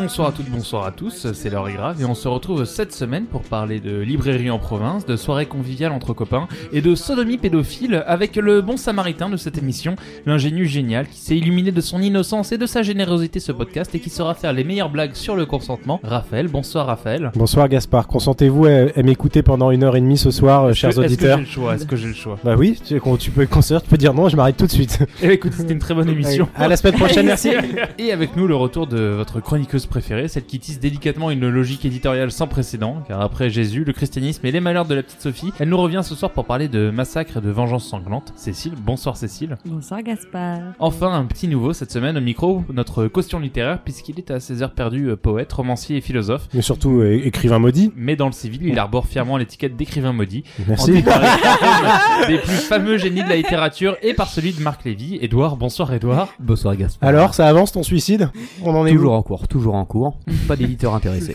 Bonsoir à toutes, bonsoir à tous, c'est Laurie Grave et on se retrouve cette semaine pour parler de librairie en province, de soirées conviviales entre copains et de sodomie pédophile avec le bon samaritain de cette émission, l'ingénu génial qui s'est illuminé de son innocence et de sa générosité ce podcast et qui saura faire les meilleures blagues sur le consentement, Raphaël. Bonsoir Raphaël. Bonsoir Gaspard, consentez-vous à, à m'écouter pendant une heure et demie ce soir, euh, chers Est-ce que- auditeurs Est-ce que j'ai le choix Est-ce que j'ai le choix Bah oui, tu, con- tu peux consentir, tu peux dire non, je m'arrête tout de suite. Eh, Écoute, c'était une très bonne émission. à la semaine prochaine, merci. Et avec nous le retour de votre chroniqueuse préférée, celle qui tisse délicatement une logique éditoriale sans précédent, car après Jésus, le christianisme et les malheurs de la petite Sophie, elle nous revient ce soir pour parler de massacre et de vengeance sanglante. Cécile, bonsoir Cécile. Bonsoir Gaspard. Enfin, un petit nouveau cette semaine au micro, notre caution littéraire, puisqu'il est à ses heures perdues euh, poète, romancier et philosophe. Mais surtout, euh, écrivain maudit, Mais dans le civil, il arbore fièrement l'étiquette d'écrivain maudit, en merci. dite par les- des plus fameux génies de la littérature et par celui de Marc Lévy. Édouard, bonsoir Édouard. Bonsoir Gaspard. Alors, ça avance ton suicide On en est Toujours en cours, toujours en cours. Pas d'éditeur intéressé.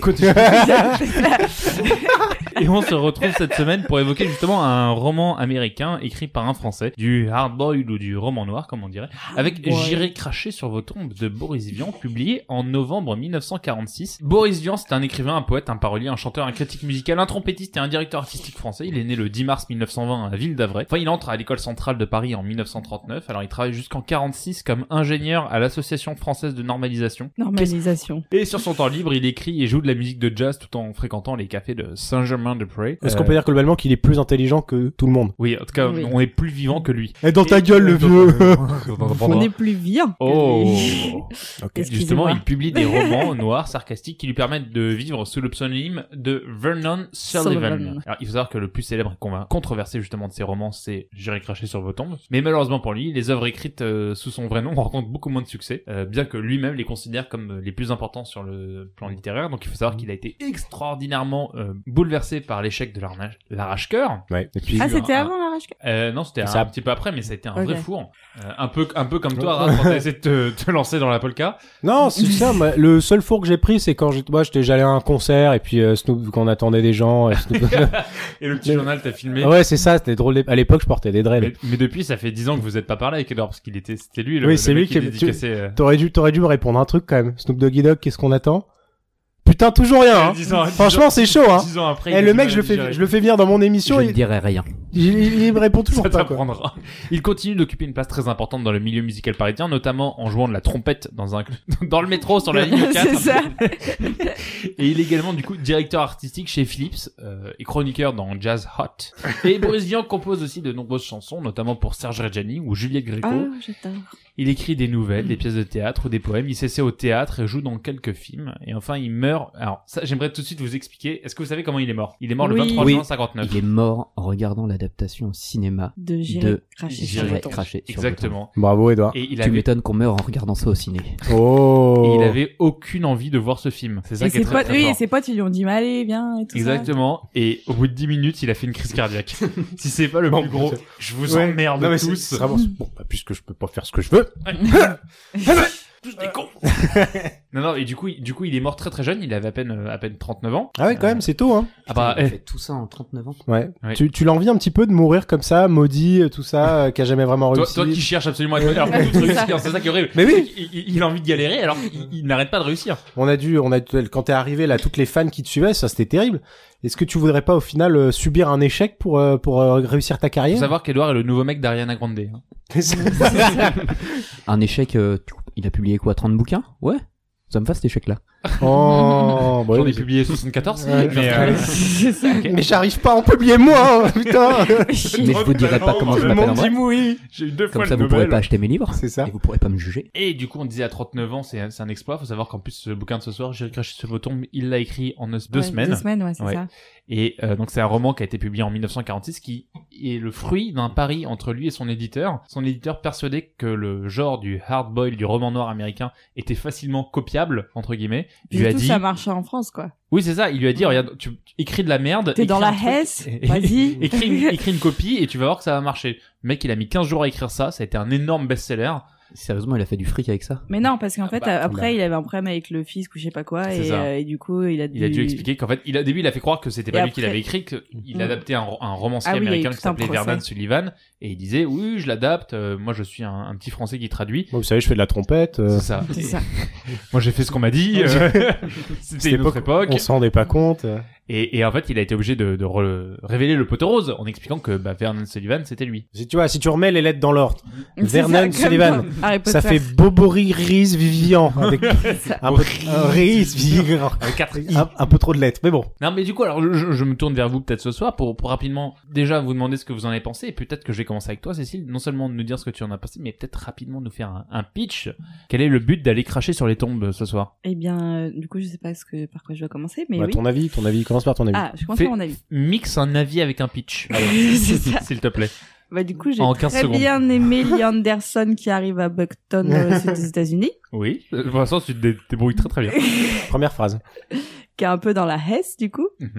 Et on se retrouve cette semaine pour évoquer justement un roman américain écrit par un français, du hard boiled ou du roman noir, comme on dirait, avec boiled. J'irai cracher sur vos tombes de Boris Vian, publié en novembre 1946. Boris Vian, c'est un écrivain, un poète, un parolier, un chanteur, un critique musical, un trompettiste et un directeur artistique français. Il est né le 10 mars 1920 à la Ville d'Avray. Enfin, il entre à l'école centrale de Paris en 1939. Alors, il travaille jusqu'en 46 comme ingénieur à l'Association française de normalisation. Normalisation. Et sur son temps libre, il écrit et joue de la musique de jazz tout en fréquentant les cafés de Saint-Germain-de-Prés. Est-ce Euh, qu'on peut dire globalement qu'il est plus intelligent que tout le monde Oui, en tout cas, Oui. on est plus vivant que lui. Et Eh, dans ta Et- gueule, le dans- vieux dans- dans- dans- On est plus vieux. Oh Ok. Qu'est-ce qu'il Justement, voit il publie des romans noirs, sarcastiques, qui lui permettent de vivre sous le pseudonyme de Vernon Sullivan. Sullivan. Alors, il faut savoir que le plus célèbre et convain- controversé justement de ses romans, c'est J'irai cracher sur vos tombes. Mais malheureusement pour lui, les œuvres écrites euh, sous son vrai nom rencontrent beaucoup moins de succès, euh, bien que lui-même les considère comme euh, les plus importants sur le plan littéraire. Donc, il faut savoir qu'il a été extraordinairement euh, bouleversé par l'échec de l'arna- l'arrache-cœur. Ouais, et puis... Ah, c'est- c'était avant la rage Euh, non, c'était Ça- un petit peu après, mais ça a été un vrai Ok. four. Euh, un peu, un peu comme toi, Raph, quand t'as essayé de te, te lancer dans la polka. Non, c'est ça, moi, le seul four que j'ai pris, c'est quand j'étais- moi, j'étais j'allais à un concert, et puis euh, Snoop, quand on attendait des gens... et Snoop- Et le petit Mais- journal, t'as filmé. ouais, c'est ça, c'était drôle. À l'époque, je portais des dreads. Mais, mais depuis, ça fait 10 ans que vous êtes pas parlé avec Edouard, parce qu'il était, c'était lui le. Oui, le c'est mec lui qui est- dédicaçait, euh, T'aurais dû, t'aurais dû me répondre un truc quand même. Snoop Doggy Dogg, qu'est-ce qu'on attend Putain, toujours rien. hein. 10 ans- 10 ans- Franchement, c'est chaud. Hein. 10 ans après. Eh, il le a mec, du je le, mal à fais, digérer. je le fais venir dans mon Je émission. ne Il, dirai rien. il, il me répond toujours Ça pas. Quoi. t'apprendra. Il continue d'occuper une place très importante dans le milieu musical parisien, notamment en jouant de la trompette dans un, dans le métro sur la ligne 4. C'est ça. Et il est également du coup directeur artistique chez Philips euh, et chroniqueur dans Jazz Hot. Et Boris Vian compose aussi de nombreuses chansons, notamment pour Serge Reggiani ou Juliette Gréco. Ah, j'adore. Il écrit des nouvelles, des pièces de théâtre ou des poèmes. Il s'essaie au théâtre et joue dans quelques films. Et enfin, il meurt. Alors, ça, j'aimerais tout de suite vous expliquer. Est-ce que vous savez comment il est mort Il est mort le Oui. 23 Oui. juin 59. Il est mort en regardant l'adaptation au cinéma De gérer, de cracher sur J'irai le J'irai temps. cracher sur Exactement. Bravo, Edouard. Et il le temps. Tu avait, m'étonnes qu'on meurt en regardant ça au ciné. Oh. et il avait aucune envie de voir ce film. C'est ça Et qui est ses très, potes, très oui, fort. et ses potes, ils lui ont dit, mais allez, viens, et tout Exactement. Et au bout de 10 minutes, il a fait une crise cardiaque. si c'est pas le Bon, plus gros, je vous Ouais. emmerde Non, mais c'est- tous. c'est vraiment- Bon, bah, puisque je peux pas faire ce que je veux. Tous des cons. non, non, et du coup, il- du coup, il est mort très très jeune. Il avait à peine, euh, à peine 39 ans. Ah ouais, quand même, c'est tôt, hein. Ah bah, il eh, fait tout ça en 39 ans. Ouais. Oui. Tu, tu l'envies un petit peu de mourir comme ça, maudit, euh, tout ça, euh, qui a jamais vraiment Oh, toi, réussi. toi qui cherches absolument à être meilleur que toute réussite, hein, c'est ça qui est horrible. Mais oui, Il, il- il a envie de galérer alors qu'il il n'arrête pas de réussir. on a dû, on a dû- quand t'es arrivé là, toutes les fans qui te suivaient, ça c'était terrible. Est-ce que tu voudrais pas au final euh, subir un échec pour euh, pour euh, réussir ta Faut hein. carrière savoir qu'Edouard est le nouveau mec d'Ariana Grande. hein. Un échec, euh, tu- il a publié quoi 30 bouquins Ouais. Ça me va cet échec-là. Oh, bah J'en oui, ai publié 74. Ouais, mais, j'en euh, sais C'est ça. ok. Mais j'arrive pas à en publier moi, hein, putain Mais je vous dirai pas comment je Le m'appelle en monde dit vrai. oui J'ai eu deux Comme ça, vous pourrez pas acheter mes livres. C'est ça. Et vous pourrez pas me juger. Et du coup, on disait à 39 ans, c'est c'est un exploit. Faut savoir qu'en plus, ce bouquin de ce soir, J'ai craché sur vos tombes, il l'a écrit en deux Ouais, semaines. Deux semaines, ouais, c'est Ouais. ça. Et euh, donc c'est un roman qui a été publié en 1946 qui est le fruit d'un pari entre lui et son éditeur. Son éditeur persuadé que le genre du hard boil du roman noir américain était facilement copiable entre guillemets, Du lui a tout, dit ça marchait en France, quoi. Oui, c'est ça. Il lui a dit, regarde, tu tu écris de la merde. T'es écris dans un la truc- Hesse, vas-y. écris, une, écris une copie et tu vas voir que ça va marcher. Le mec, il a mis 15 jours à écrire ça. Ça a été un énorme best-seller. Sérieusement, il a fait du fric avec ça. Mais non, parce qu'en fait, bah, après, bah. il avait un problème avec le fisc ou je sais pas quoi, C'est et, ça. euh, et du coup, il a dû... Il a dû expliquer qu'en fait, il a, au début, il a fait croire que c'était pas Et lui qui après- l'avait écrit, qu'il Mm. adaptait un, un romancier Ah oui, il y a eu américain tout qui un s'appelait procès. Vernon Sullivan. Et il disait, oui, je l'adapte. euh, moi, je suis un, un petit français qui traduit. Moi, vous savez, je fais de la trompette. euh, C'est ça. C'est Et- ça. Moi, j'ai fait ce qu'on m'a dit. euh, C'était c'était une autre époque. On s'en rendait pas compte. euh. Et, et en fait, il a été obligé de, de re- révéler le poteau rose en expliquant que bah, Vernon Sullivan, c'était lui. Si tu vois, si tu remets les lettres dans l'ordre, C'est Vernon ça, comme Sullivan. dans Harry ça Potter. fait Bobori Riz Vivian avec un peu euh, Riz Vivian. Avec quatre i. Un, un peu trop de lettres, mais bon. Non, mais du coup, alors je, je me tourne vers vous peut-être ce soir pour, pour rapidement déjà vous demander ce que vous en avez pensé. Et peut-être que je vais commencer avec toi, Cécile. Non seulement nous dire ce que tu en as pensé, mais peut-être rapidement nous faire un, un pitch. Quel est le but d'aller cracher sur les tombes ce soir Eh bien, euh, du coup, je sais pas ce que, par quoi je dois commencer, mais Bah, oui. Ton avis, ton avis, commence par ton avis. Ah, je commence Fais- par mon avis. Mixe un avis avec un pitch. C'est ça. S'il te plaît. Bah, du coup, j'ai En très 15 secondes. bien aimé Lee Anderson qui arrive à Buckton, euh, au sud des États-Unis, Oui. Euh, Pour l'instant, tu te dé- débrouilles très très bien. Première phrase. qui est un peu dans la Hesse, du coup. Mhm.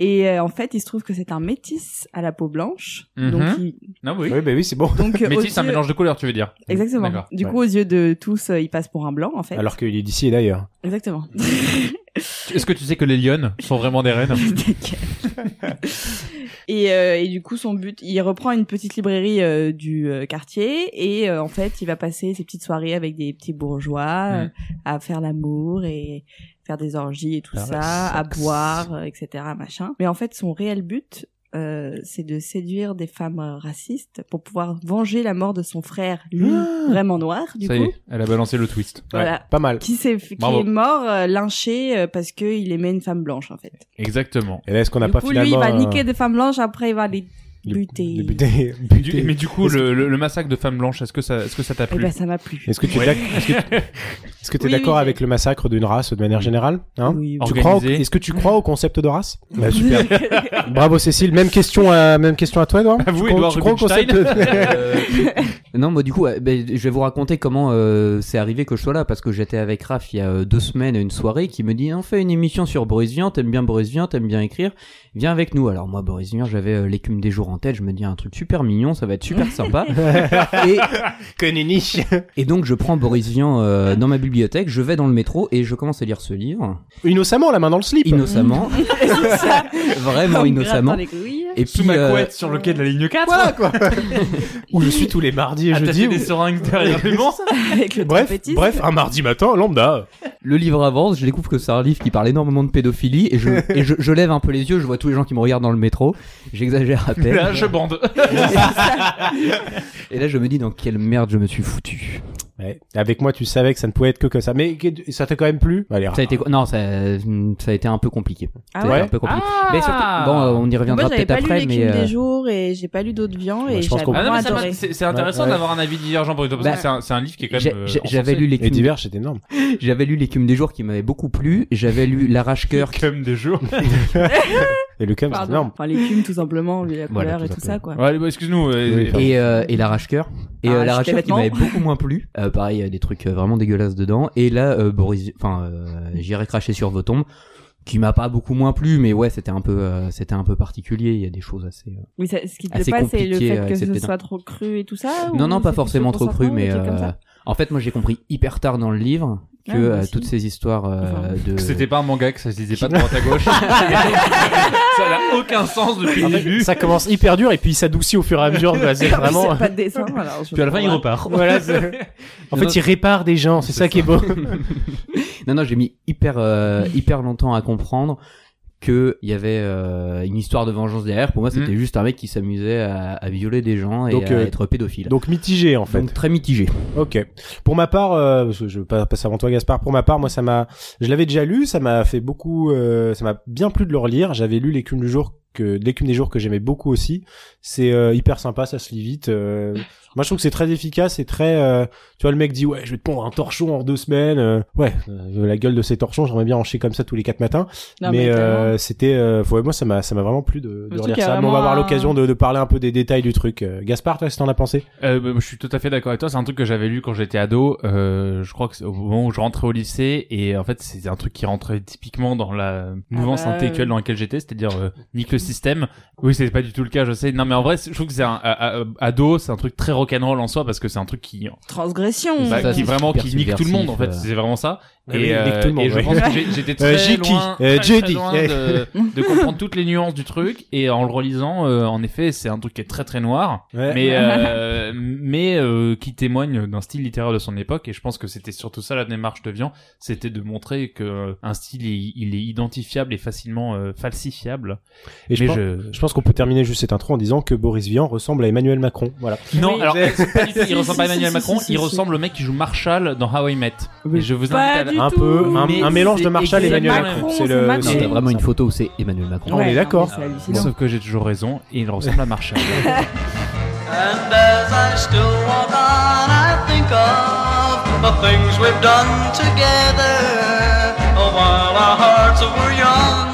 Et euh, en fait, il se trouve que c'est un métis à la peau blanche. Donc, Mhm. il... Non, oui. Oui, bah oui, c'est bon. donc euh, aux Métis, c'est un yeux- mélange de couleurs, tu veux dire Exactement. D'accord. Du coup, aux yeux de tous, euh, il passe pour un blanc, en fait. Alors qu'il est d'ici et d'ailleurs. Exactement. Est-ce que tu sais que les lionnes sont vraiment des reines D'accord. et, euh, et du coup, son but, il reprend une petite librairie euh, du euh, quartier et euh, en fait, il va passer ses petites soirées avec des petits bourgeois Mm. euh, à faire l'amour et faire des orgies et tout Faire le ça, à sexe. boire, euh, etc., machin. Mais en fait, son réel but, euh, c'est de séduire des femmes euh, racistes pour pouvoir venger la mort de son frère, lui, vraiment noir, du Ah Ça y coup. est, elle a balancé le twist. Ah, Voilà. Pas mal. Qui, s'est- qui Bravo. est mort euh, lynché euh, parce qu'il aimait une femme blanche en fait. Exactement. Et là, est-ce qu'on n'a Du pas coup, finalement. lui, il va euh, niquer des femmes blanches, après, il va les les- buter. les buter- Du- buter. mais du coup, Est-ce le, le- le massacre de femmes blanches, est-ce que ça, est-ce que ça t'a Eh plu ben, ça m'a plu. Est-ce que tu es d'ac- est-ce que tu- est-ce que t'es Oui, d'accord oui, avec le massacre d'une race de manière générale hein Oui, En- Tu crois au- Organisé. Est-ce que tu crois au concept de race Bah, oui. Super. Bravo Cécile. Même question à même question à toi, Edouard. À vous, tu crois, Edouard tu crois au concept de- Euh, non, moi du coup, euh, ben, je vais vous raconter comment euh, c'est arrivé que je sois là parce que j'étais avec Raph il y a euh, deux semaines à une soirée qui me dit on fait une émission sur Boris Vian, t'aimes bien Boris Vian, t'aimes bien écrire, viens avec nous. Alors moi Boris Vian, j'avais euh, l'écume des jours en tête, je me dis un truc super mignon, ça va être super sympa. et, et donc je prends Boris Vian euh, dans ma bibliothèque, je vais dans le métro et je commence à lire ce livre Innocemment, la main dans le slip. innocemment, vraiment On innocemment. gratte dans les couilles. Et Sous puis ma euh, couette sur le quai de la ligne 4 Voilà quoi. Où je suis tous les mardis Ah, et Attaché jeudis. Ah, des où- seringues derrière les manches. Avec le Bref, trompettiste. bref, un mardi matin, lambda. Le livre avance, je découvre que c'est un livre qui parle énormément de pédophilie et je, et je, je lève un peu les yeux, je vois tous les gens qui me regardent dans le métro, j'exagère à peine. Là, je bande. Et là je me dis dans quelle merde je me suis foutu. Ouais. Avec moi, tu savais que ça ne pouvait être que, que ça. Mais que- ça t'a quand même plu Bah, Allez, Ça a été, co- non, ça, ça a été un peu compliqué. Ah Ça a été ouais un peu compliqué. Ah Mais surtout, bon, euh, on y reviendra Moi, j'avais peut-être pas lu après, mais l'écume euh, des jours et j'ai pas lu d'autres viands Bah, et je pense j'avais qu'on- Ah non, vraiment mais ça adoré. m'a- c'est c'est intéressant Ouais, ouais. d'avoir un avis divergent pour une parce Bah, que c'est un, c'est un livre qui est quand j'ai- même. euh, j'ai- j'avais encensé. lu Et l'écume, divers, c'était énorme. j'avais lu l'écume des jours qui m'avait beaucoup plu, j'avais lu l'arrache-cœur qui- Comme des jours. Et le cam, c'est Pardon. énorme. Enfin, l'écume, tout simplement, lui, la Voilà, couleur et tout tout ça, quoi. Ouais, bon, excuse-nous. euh, Oui, euh, et, euh, et l'arrache-cœur. Et Ah, euh, j'étais l'arrache-cœur qui vêtements. m'avait beaucoup moins plu. Euh, pareil, il y a des trucs euh, vraiment dégueulasses dedans. Et là, euh, Boris, enfin, euh, j'irai cracher sur vos tombes, qui m'a pas beaucoup moins plu, mais ouais, c'était un peu, euh, c'était un peu particulier. Il y a des choses assez. euh, Oui, ça- ce qui te Assez plaît pas, c'est le compliqué, fait euh, que ce etc. soit trop cru et tout ça Non, ou non, c'est pas plus forcément le trop cru, consentement, mais des trucs comme euh, ça en fait, moi, j'ai compris hyper tard dans le livre que Ah, moi euh, aussi. toutes ces histoires euh, Enfin, de. que C'était pas un manga, que ça se disait pas de droite à gauche. ça n'a aucun sens depuis En le fait, début. ça commence hyper dur et puis il s'adoucit au fur et à mesure. quoi. C'est Ah oui, vraiment. c'est pas de dessin, alors. je Puis à la fin, il comprends repart. Voilà, c'est- en fait, il répare des gens. C'est C'est ça qui est beau. Non, non, j'ai mis hyper, euh, hyper longtemps à comprendre que il y avait euh, une histoire de vengeance derrière. Pour moi, c'était Mm. juste un mec qui s'amusait à, à violer des gens et Donc, à euh, être pédophile. Donc mitigé en fait. Donc très mitigé. Ok. Pour ma part, euh, parce que je veux pas passer avant toi, Gaspard. Pour ma part, moi, ça m'a, je l'avais déjà lu, ça m'a fait beaucoup, euh, ça m'a bien plu de le relire. J'avais lu l'écume du jour que l'écume des jours que j'aimais beaucoup aussi. C'est euh, hyper sympa, ça se lit vite. euh, moi, je trouve que c'est très efficace et très. euh, tu vois, le mec dit ouais, je vais te pondre un torchon en deux semaines. euh, ouais, euh, la gueule de ces torchons, j'aimerais bien en chier comme ça tous les quatre matins. Non, mais clairement. euh, c'était, euh, ouais, moi, ça m'a, ça m'a vraiment plu de, de truc relire a ça. Mais on vraiment va avoir un- l'occasion de, de parler un peu des détails du truc. Euh, Gaspard, toi, qu'est-ce que t'en as pensé Euh, bah, je suis tout à fait d'accord avec toi. C'est un truc que j'avais lu quand j'étais ado. Euh, je crois que c'est au moment où je rentrais au lycée et en fait c'est un truc qui rentrait typiquement dans la mouvance Ah bah, intellectuelle oui. dans laquelle j'étais, c'est-à-dire euh, nique le système. Oui, c'est pas du tout le cas, je sais. Non, mais en vrai, c'est- je trouve que c'est un à- à- ado, c'est un truc très rock'n'roll en soi parce que c'est un truc qui, Transgression. bah, ça, qui c'est vraiment hyper qui nique tout le monde en fait. subversif, C'est vraiment ça. Ah oui, Et, il nique euh, tout le monde, et je ouais. pense que j'ai- j'étais Euh, très J.K., loin, très, euh, très J.D. loin de, de comprendre toutes les nuances du truc. Et en le relisant, euh, en effet, c'est un truc qui est très très noir, Ouais. mais euh, mais euh, qui témoigne d'un style littéraire de son époque. Et je pense que c'était surtout ça la démarche de Vian, c'était de montrer que euh, un style il, il est identifiable et facilement euh, falsifiable. Et je mais pense- je... Je pense qu'on peut terminer juste cette intro en disant que Boris Vian ressemble à Emmanuel Macron. Voilà. non, Oui. alors pas du tout, il ressemble pas à Si, si, Emmanuel si, Macron, si, si, il si. ressemble au mec qui joue Marshall dans How I Met. Mais Et je vous pas invite à du Un tout. peu, un, Mais un mélange c'est de Marshall et Emmanuel exactement Macron. Macron, C'est c'est le. Macron. Non, t'as c'est- vraiment une photo où c'est Emmanuel Macron. on est non, d'accord. mais c'est hallucinant. Sauf que j'ai toujours raison, et il ressemble à Marshall. And as I still walk on, I think of the things we've done together oh, while our hearts were young.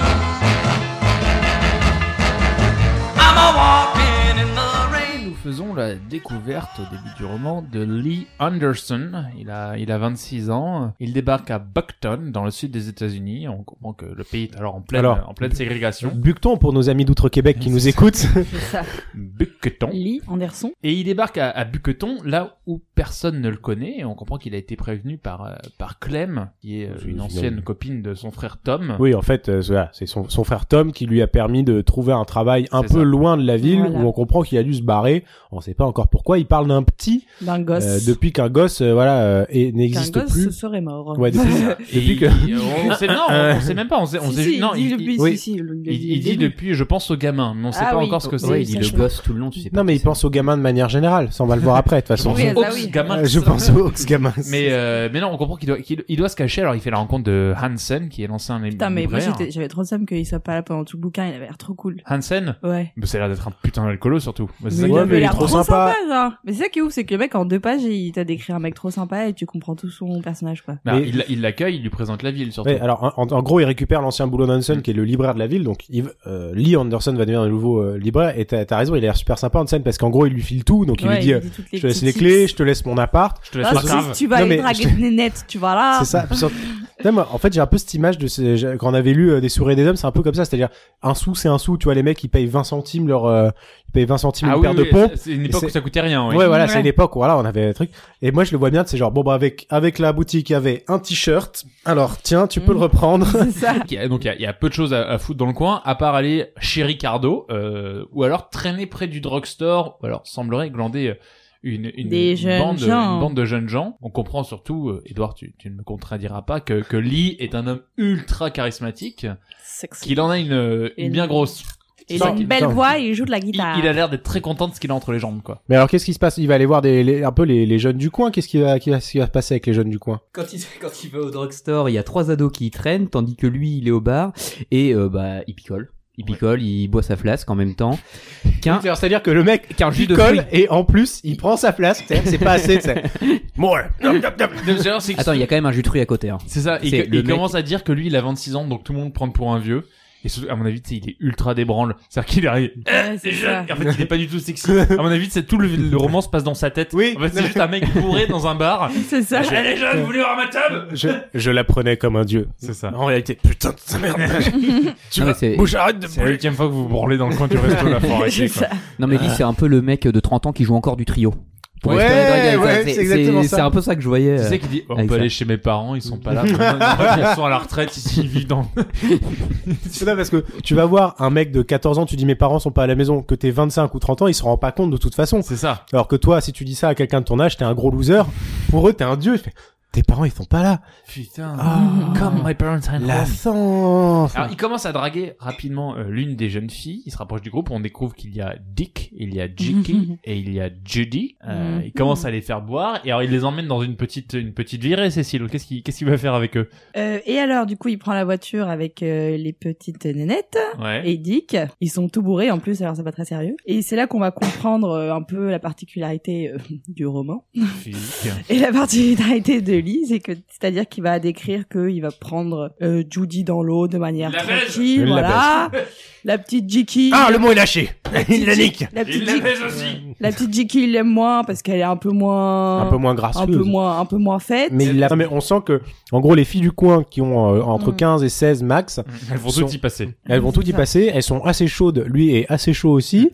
I'm a walking in the rain. Nous faisons la découverte au début du roman de Lee Anderson. Il a, il a 26 ans. Il débarque à Buckton, dans le sud des États-Unis. On comprend que le pays est alors en pleine, Alors, en pleine ségrégation. Bucton pour nos amis d'outre-Québec qui nous écoutent. C'est ça. Buckton. Lee Anderson. Et il débarque à, à Buqueton, là où personne ne le connaît. Et on comprend qu'il a été prévenu par, euh, par Clem, qui est euh, Je- une je- ancienne copine de son frère Tom. oui, en fait, euh, voilà, c'est son, son frère Tom qui lui a permis de trouver un travail un C'est peu ça. loin de la ville Voilà. où on comprend qu'il a dû se barrer. On sait pas encore pourquoi. Il parle d'un petit D'un gosse. euh, depuis qu'un gosse, euh, voilà, euh, et Qu'un n'existe gosse plus. se serait mort. Ouais, depuis, Et depuis que. il- euh, on, sait, non, on, on sait même pas. On sait, on Si, sait- si, il non, dit il- depuis, il- si, oui. si, le- le- il- il dit début. depuis, je pense au gamin, mais on sait Ah pas oui. encore ce que c'est. Ouais, il dit Ça le change. gosse tout le long, tu sais pas. Non, mais qui il pense au gamin de manière générale. Ça, on va le voir après, de toute façon. Oui, Ox, ah oui. gamin. Euh, je pense au ce gamin. Mais, euh, mais non, on comprend qu'il doit, qu'il- il doit se cacher. Alors, il fait la rencontre de Hansen, qui est l'ancien lib- Putain, mais moi libraire. j'étais- j'avais trop le seum qu'il soit pas là pendant tout le bouquin, il avait l'air trop cool. Hansen, Ouais. bah, ça a l'air d'être un putain d'alcoolo, surtout. Bah, c'est Mais ça il qui- avait l'air trop sympa. genre. Mais c'est ça qui est ouf, c'est que le mec en deux pages, il t'a décrit un mec trop sympa et tu comprends tout son personnage quoi. Non, Mais- il, il l'accueille, il lui présente la ville, surtout. Ah Ouais, alors en, en- en gros, il récupère l'ancien Boulon Hanson Mm. qui est le libraire de la ville. Donc il- euh, Lee Anderson va devenir le nouveau euh, libraire. Et t'as t'as raison, il a l'air super sympa Hanson parce qu'en gros, il lui file tout. Donc il Ouais, lui dit, euh, toutes je te laisse les petites clés, tips. je te laisse mon appart. Je te laisse Ah, pas si, grave. tu vas Non, aller mais draguer je te- des nénettes, tu vas là. C'est ça. Puis surtout- Putain, moi, en fait, j'ai un peu cette image de ce... j'ai- quand on avait lu euh, des souris et des hommes, c'est un peu comme ça. C'est-à-dire un sou, c'est un sou. Tu vois, les mecs, ils payent 20 centimes leur, euh, ils payent 20 centimes Ah une oui, paire de oui, pompes. c'est- c'est une Et époque où c'est- ça coûtait rien. oui. Ouais, voilà, Ouais. c'est une époque où voilà, on avait un truc. Et moi, je le vois bien, c'est genre, bon, bah, avec, avec la boutique, il y avait un t-shirt. Alors, tiens, tu peux Mm. le reprendre. C'est ça. Donc, il y a- Donc, il y a, il y a peu de choses à, à foutre dans le coin, à part aller chez Ricardo, euh, ou alors traîner près du drugstore, ou alors semblerait glander euh, une, une, Des une jeunes bande, gens. une bande de jeunes gens. On comprend surtout, euh, Edouard, tu, tu ne me contrediras pas, que, que Lee est un homme ultra charismatique. Sexy. qu'il en a une, euh, une Et bien non. grosse. Et il a une belle Attends. voix et il joue de la Il, guitare. il a l'air d'être très content de ce qu'il a entre les jambes, quoi. Mais alors, qu'est-ce qui se passe Il va aller voir des, les- un peu les, les jeunes du coin. Qu'est-ce qui va, qui va- ce qui va se passer avec les jeunes du coin Quand il, quand il va au drugstore, il y a trois ados qui traînent, tandis que lui, il est au bar et euh, bah il picole. Il picole, il boit sa flasque en même temps. Qu'un C'est-à-dire- C'est-à-dire que le mec qu'un jus de fruits. colle et en plus, il prend sa place. C'est-à-dire que C'est pas assez. c'est- More. Attends, il y a quand même un jus de fruits à côté. Hein. C'est ça. Et C'est que- le il mec- commence à dire que lui, il a 26 ans, donc tout le monde prend pour un vieux. Et surtout, à mon avis, tu sais, il est ultra débranle. C'est-à-dire qu'il arrive. Ouais, C'est c'est ça. jeune. Et En fait, il est pas du tout sexy. À mon avis, c'est tout le, le roman se passe dans sa tête. Oui. En fait, c'est juste un mec bourré dans un bar. C'est ça. Elle est jeune, vous voulez voir ma table Je, je la prenais comme un dieu. C'est ça. En réalité, putain de sa merde. tu vas- Non, mais c'est- bouge, arrête de C'est la bouger. huitième fois que vous vous branlez dans le coin du resto, la forêt. C'est ça. Non mais lui, c'est un peu le mec de 30 ans qui joue encore du trio. Ouais, espérer draguer, ouais, ça, c'est exactement ça. C'est un peu ça que je voyais. Tu euh. sais qu'il dit, on Avec peut ça. aller chez mes parents, ils sont pas là. Ils sont à la retraite, ici, ils vivent dans C'est pas parce que tu vas voir un mec de 14 ans, tu dis mes parents sont pas à la maison, que t'es 25 ou 30 ans, il se rend pas compte de toute façon. C'est ça. Alors que toi, si tu dis ça à quelqu'un de ton âge, t'es un gros loser. Pour eux, t'es un dieu. Il fait, Tes parents, ils sont pas là. Putain. Ah. Come, my parents are La home. sens. Alors, il commence à draguer rapidement euh, l'une des jeunes filles. Il se rapproche du groupe. On découvre qu'il y a Dick, il y a Jicky et il y a Judy. Euh, Il commence à les faire boire. Et alors, il les emmène dans une petite, une petite virée, Cécile. Qu'est-ce qu'il, qu'est-ce qu'il va faire avec eux Euh, et alors, du coup, il prend la voiture avec euh, les petites nénettes Ouais. et Dick. Ils sont tout bourrés en plus, alors c'est pas très sérieux. Et c'est là qu'on va comprendre euh, un peu la particularité euh, du roman. Physique. Et la particularité de Lee, c'est que c'est-à-dire qu'il va décrire qu'il va prendre euh, Judy dans l'eau de manière La baise. tranquille, Il la voilà. La petite Jiki. Ah, le mot est lâché. Il la nique. La petite, Ji- aussi. la petite Jiki, il l'aime moins parce qu'elle est un peu moins, Un peu moins gracieux. un peu moins, un peu moins faite. Mais, il l'a- Non, mais on sent que, en gros, les filles du coin qui ont euh, entre Mm. 15 et 16 max, Elles vont Sont- tout y passer. elles vont tout y C'est ça. passer. Elles sont assez chaudes. Lui est assez chaud aussi.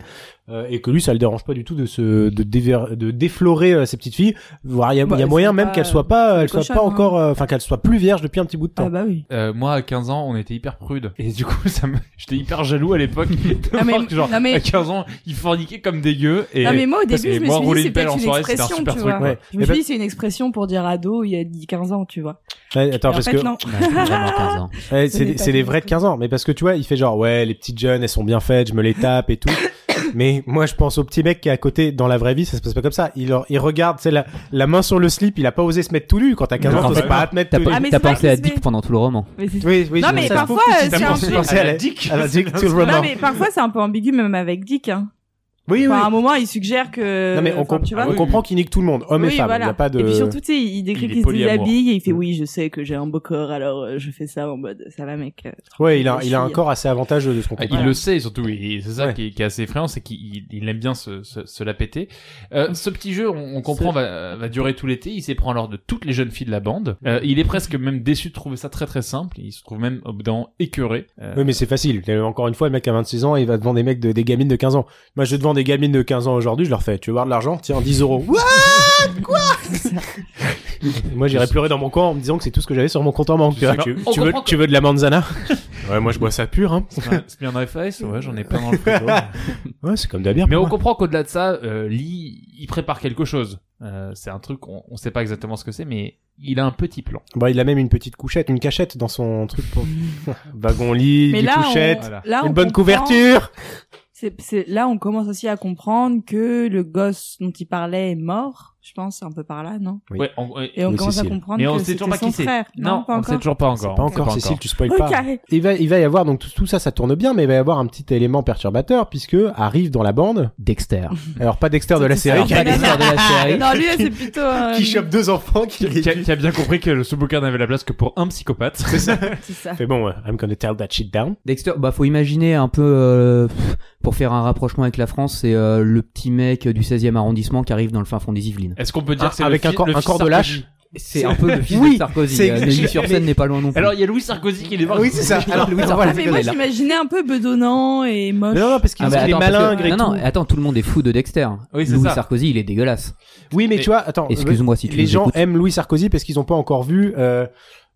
euh, et que lui, ça le dérange pas du tout de se, de, déver- de déflorer euh, ses petites filles. Voire, il y a, Bah, il y a elles moyen sont même pas, qu'elles soient pas, elles soient cochonnes, pas hein. encore, euh, enfin, qu'elles soient plus vierges depuis un petit bout de temps. Ah bah oui. Euh, moi, à 15 ans, on était hyper prudes. Et du coup, ça me... j'étais hyper jaloux à l'époque. de Non, mais- voir que, genre, non, mais- à 15 ans, ils forniquaient comme des gueux. Et... non mais moi au début que je me moi, suis rouler dit une c'est pelle peut-être en une soirée, c'était un expression, super tu truc, vois. quoi. Ouais. Je me Eh ben- suis dit c'est une expression pour dire ado il y a 10 15 ans, tu vois. Ouais, attends, Et en parce fait que non. Ouais, vraiment 15 ans. Ouais, Eh, Ce c'est n'est des- pas c'est des fini vrais du de tout. 15 ans, mais parce que tu vois, il fait genre, ouais, les petites jeunes, elles sont bien faites, je me les tape et tout. mais moi, je pense au petit mec qui est à côté, dans la vraie vie, ça se passe pas comme ça. Il, leur- il regarde, c'est la, la main sur le slip, il a pas osé se mettre tout nu. Quand t'as 15 Non, ans, en t'oses fait, pas à te mettre T'as tout nu. Ah, mais t'as c'est vrai pensé à qu'il se met- Dick pendant tout le roman. Mais c'est- Oui, oui, Non, je- mais ça se trouve, parfois, tu euh, t'as c'est un pensé- peu- pensé à la- à la dick tout le Non roman. mais parfois c'est un peu ambigu même avec Dick hein. Oui, oui. Enfin, à un moment, il suggère que. Non, mais on, enfin, comp- tu vois. on oui. comprend qu'il nique tout le monde, hommes et Oui, femmes. Il voilà. Mm. y a pas de. Et puis surtout, tu sais, il Il décrit est qu'il se polyamour. déshabille et il fait oui, je sais que j'ai un beau corps, alors euh, je fais ça en mode ça va, mec. euh, Ouais, il a, tranquille, il a un fille. corps assez avantageux de ce qu'on Ah, Il comprend. le sait surtout, et c'est ça Ouais. qui, est, qui est assez effrayant, c'est qu'il il- il aime bien se, se, se la péter. Euh, ce petit jeu, on, on comprend, va, va durer tout l'été. Il s'éprend alors de toutes les jeunes filles de la bande. Euh, il est presque même déçu de trouver ça très très simple. Il se trouve même au bout d'un moment écœuré. Euh, Oui, mais c'est facile. Euh, Encore une fois, le mec a 26 ans, il va devant des mecs de, des gamines de 15 ans. Moi, je vais devant des gamines de 15 ans aujourd'hui, je leur fais, tu veux voir de l'argent? Tiens, 10 euros. What? Quoi? moi, j'irai pleurer dans mon coin en me disant que c'est tout ce que j'avais sur mon compte en banque. Je sais pas. Tu, On tu veux, comprend que- tu veux de la manzana? ouais, moi, je bois ça pur, hein. c'est un- c'est bien un FAS, ouais, j'en ai plein dans le frigo. Ouais, c'est comme de la bière. Mais pour on moi. comprend qu'au-delà de ça, euh, Lee, il prépare quelque chose. Euh, c'est un truc, on, on sait pas exactement ce que c'est, mais il a un petit plan. Bon, il a même une petite couchette, une cachette dans son truc pour wagon-lit, Mais des là, couchettes, on, là, on une bonne comprend- couverture. C'est, c'est- là, on commence aussi à comprendre que le gosse dont il parlait est mort, je pense, un peu par là, non Oui. Ouais, on- ouais. Et on Oui, commence à Cécile. comprendre mais que on sait c'était toujours pas son qui c'est. frère. Non, pas on sait encore. toujours pas encore. Pas On sait encore, Cécile, tu spoil Au pas. carré. Il va, il va y avoir donc tout, tout ça, ça tourne bien, mais il va y avoir un petit élément perturbateur puisque arrive dans la bande, Dexter. alors pas Dexter de la C'est série, ça. qui, a- Pas Dexter de la série. Non, lui, là, c'est plutôt. euh, qui chope deux enfants, qui les Qui a, tue. qui a bien compris que ce bouquin n'avait la place que pour un psychopathe. c'est ça. Fait bon, euh, I'm gonna tell that shit down. Dexter, bah faut imaginer un peu euh, pff, pour faire un rapprochement avec la France, c'est euh, le petit mec du 16e arrondissement qui arrive dans le fin fond des Yvelines. Est-ce qu'on peut dire Ah, que c'est avec le un fi- corps- le un fils corps de Sarkozy C'est un peu le fils Oui, de Sarkozy. c'est- Euh, Neuilly sur scène n'est pas loin non plus. Alors il y a Louis Sarkozy qui les voir. oui, c'est ça. Alors, Louis voilà, Ah, mais moi, j'imaginais un peu bedonnant et moche. Mais non, non, parce qu'il Ah, mais il est attends, parce que- malingre et non, tout. non, attends, tout le monde est fou de Dexter. Oui, c'est Louis ça. Sarkozy, il est dégueulasse. Oui, mais Et- tu vois, attends. Excuse-moi si tu les nous gens écoutes. aiment Louis Sarkozy parce qu'ils ont pas encore vu, euh,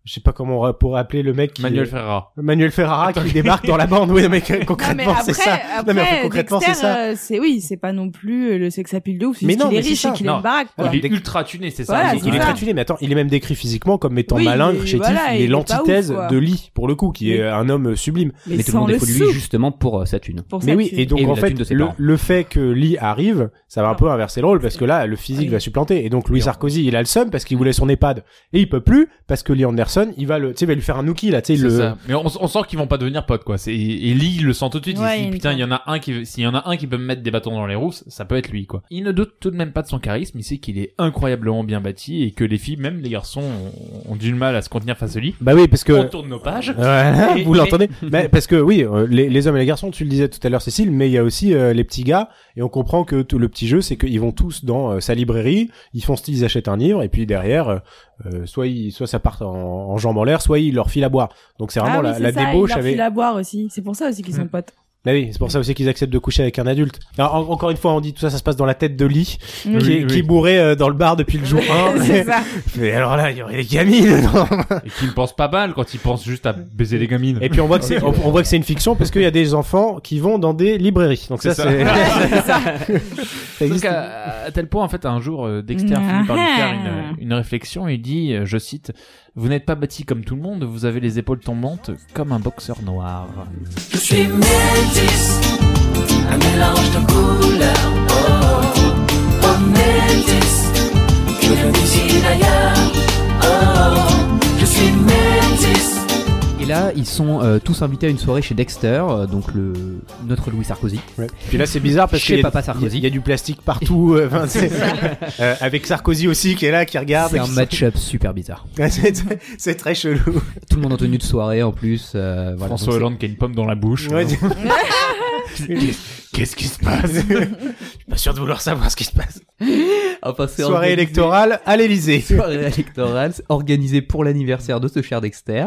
je sais pas comment on pourrait appeler le mec qui, Manuel Ferrara. Manuel Ferrara qui débarque dans la bande. Oui, mais Non, mais concrètement, après, c'est ça. après Non, mais en fait, concrètement, Dexter, c'est ça. euh, c'est oui, c'est pas non plus euh, le sex appeal de ouf. C'est Mais juste non, qu'il est mais c'est riche ça. et qu'il est Non. une baraque. quoi. Il est Voilà. ultra tuné, c'est ça. il- Voilà, Ah, c'est Il est ça. très tuné, mais attends, il est même décrit physiquement comme étant Oui, malingre, et chétif, voilà, il il est est pas ouf, l'antithèse quoi. de Lee, pour le coup, qui est Mais- un homme sublime. Mais, Mais tout le sans monde le est fou de lui sou. justement pour euh, sa thune. Pour Mais ça, oui, tu- et donc Et en la fait, thune de ses le, parents. le fait que Lee arrive, ça va un Non. peu inverser le rôle, parce que là, le physique Ah. Oui. Mm. va supplanter. Et donc Louis Oui. Sarkozy, il a le seum parce qu'il voulait son EHPAD. Et il peut plus, parce que Lee Anderson, il va le, tu sais, il va lui faire un nookie, là, tu sais, C'est il le... ça. Mais on, on sent qu'ils vont pas devenir potes quoi. C'est, et Lee il le sent tout de suite. il se Ouais, il dit est putain il y pas- en a un qui s'il y en a un qui peut me mettre des bâtons dans les roues, ça peut être lui quoi. Il ne doute tout de même pas de son charisme. Il sait qu'il est incroyablement bien bâti et que les filles, même les garçons, ont- ont, du mal à se contenir face à lui. Bah oui, parce On que... Euh, tourne nos pages. Voilà, Et- vous mais- l'entendez mais parce que oui euh, les, les hommes et les garçons tu le disais tout à l'heure Cécile mais il y a aussi euh, les petits gars et on comprend que tout le petit jeu c'est qu'ils vont tous dans euh, sa librairie ils font style ils achètent un livre et puis derrière euh, euh, soit ils, soit ça part en, en jambes en l'air soit ils leur filent à boire donc c'est Ah vraiment oui, la, c'est la ça, débauche Il leur avec file à boire aussi. C'est pour ça aussi qu'ils sont Mm. potes. Bah oui c'est pour ça aussi qu'ils acceptent de coucher avec un adulte Alors, en- encore une fois on dit tout ça ça se passe dans la tête de Lee Oui. qui, est, Oui, qui oui. est bourré euh, dans le bar depuis le jour 1 c'est ça. mais alors là il y aurait des gamines dedans. et qui ne pense pas mal quand il pense juste à baiser les gamines. et puis on voit que c'est on, on voit que c'est une fiction parce qu'il y a des enfants qui vont dans des librairies donc ça euh, C'est ça. c'est Ouais, c'est ça. Ça Donc existe. à, à tel point, en fait, un jour, euh, Dexter Ah. finit par lui faire une, une réflexion. Il dit, euh, je cite, Vous n'êtes pas bâti comme tout le monde, vous avez les épaules tombantes comme un boxeur noir. Je suis métis, un mélange de couleurs. Oh, oh, oh métis, je viens d'ici d'ailleurs. Oh, oh, je suis métis. Et là, ils sont euh, tous invités à une soirée chez Dexter, euh, donc le notre Louis Sarkozy. Ouais. Puis là, c'est bizarre parce Chez qu'il y, a- Papa Sarkozy. il y a du plastique partout. euh, enfin, c'est- euh, avec Sarkozy aussi qui est là, qui regarde. C'est un qui- match-up super bizarre. C'est- c'est- c'est très chelou. Tout le monde en tenue de soirée en plus. euh, voilà, François donc Hollande qui a une pomme dans la bouche. Ouais, Euh, c'est- Qu'est-ce qui se passe Je suis pas sûr de vouloir savoir ce qui se passe. c'est- Enfin, c'est Soirée organisé- électorale à l'Elysée. Soirée électorale c'est organisé pour l'anniversaire de ce cher Dexter.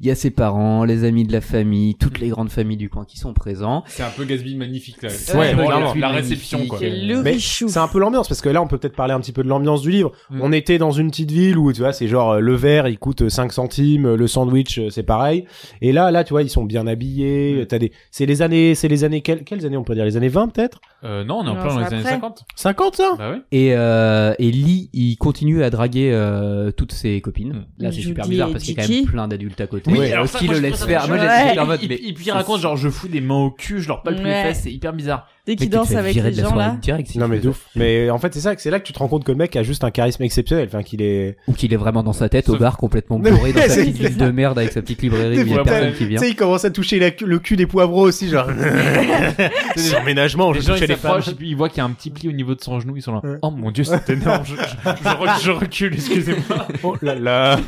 Il y a ses parents, les amis de la famille, toutes les grandes familles du coin qui sont présents. C'est un peu Gatsby magnifique là. C'est Ouais, Vraiment, clairement. la, la réception quoi. C'est le Mais richou. C'est un peu l'ambiance parce que là on peut peut-être parler un petit peu de l'ambiance du livre. Mm. On était dans une petite ville où tu vois c'est genre euh, le verre il coûte euh, 5 centimes, euh, le sandwich euh, c'est pareil. Et là là tu vois ils sont bien habillés, t'as des c'est les années c'est les années quelles, quelles années on peut dire les années 20 peut-être Euh, non, on est en Non, plein dans c'est les années après. 50. 50 ça Bah ouais. Et, euh, et Lee, il continue à draguer euh, toutes ses copines. Mm. Là, c'est super Judy bizarre et parce qu'il y a quand Gigi. même plein d'adultes à côté. Oui, Euh, alors ça, qui moi, le je trouve laisse ça faire. Moi, très j'étais bizarre. en mode, Et mais- puis, et puis il raconte genre je fous des mains au cul, je Mm. leur palpe les Ouais. fesses, c'est hyper bizarre. Dès mais qu'ils tu te dansent fais avec virer les de la gens soirée là. direct, si Non tu mais fais de ça. ouf. Mais en fait c'est ça, c'est là que tu te rends compte que le mec a juste un charisme exceptionnel, enfin qu'il est Ou qu'il est vraiment dans sa tête au Sauf- bar complètement Mais bourré dans sa c'est- petite c'est ville de merde avec sa petite librairie où il y a Ouais, personne ouais. qui Tu vient. sais il commence à toucher la cu- le cul des poivrons aussi genre c'est emménagement, Les je gens touchais ils les femmes. s'approchent et puis ils voient qu'il y a un petit pli au niveau de son genou, ils sont là. Ouais. Oh mon dieu, c'est énorme. Je, je- je rec- je recule, excusez-moi. Oh là là.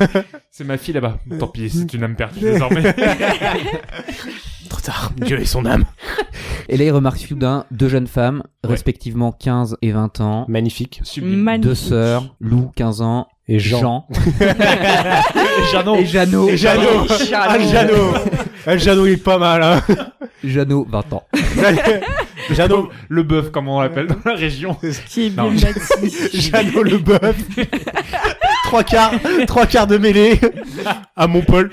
C'est ma fille là-bas. Tant pis, c'est une âme perdue désormais. Trop tard. Dieu et son âme. Et là, il remarque soudain deux jeunes femmes, Ouais. respectivement 15 et 20 ans. Magnifique. Sublime. Magnifique. Deux sœurs, Lou, 15 ans, Et Jean. Jean, Jeannot. et Jeannot. Et Jeannot. Ah, le Jeannot. Ah, le Jeannot, il est pas mal, hein. Jeannot, 20 ans. Jeannot, Le bœuf, comme on l'appelle dans la région. Qui est Non, bien bâti. Jeannot le bœuf. trois quarts, trois quarts de mêlée. À Montpel.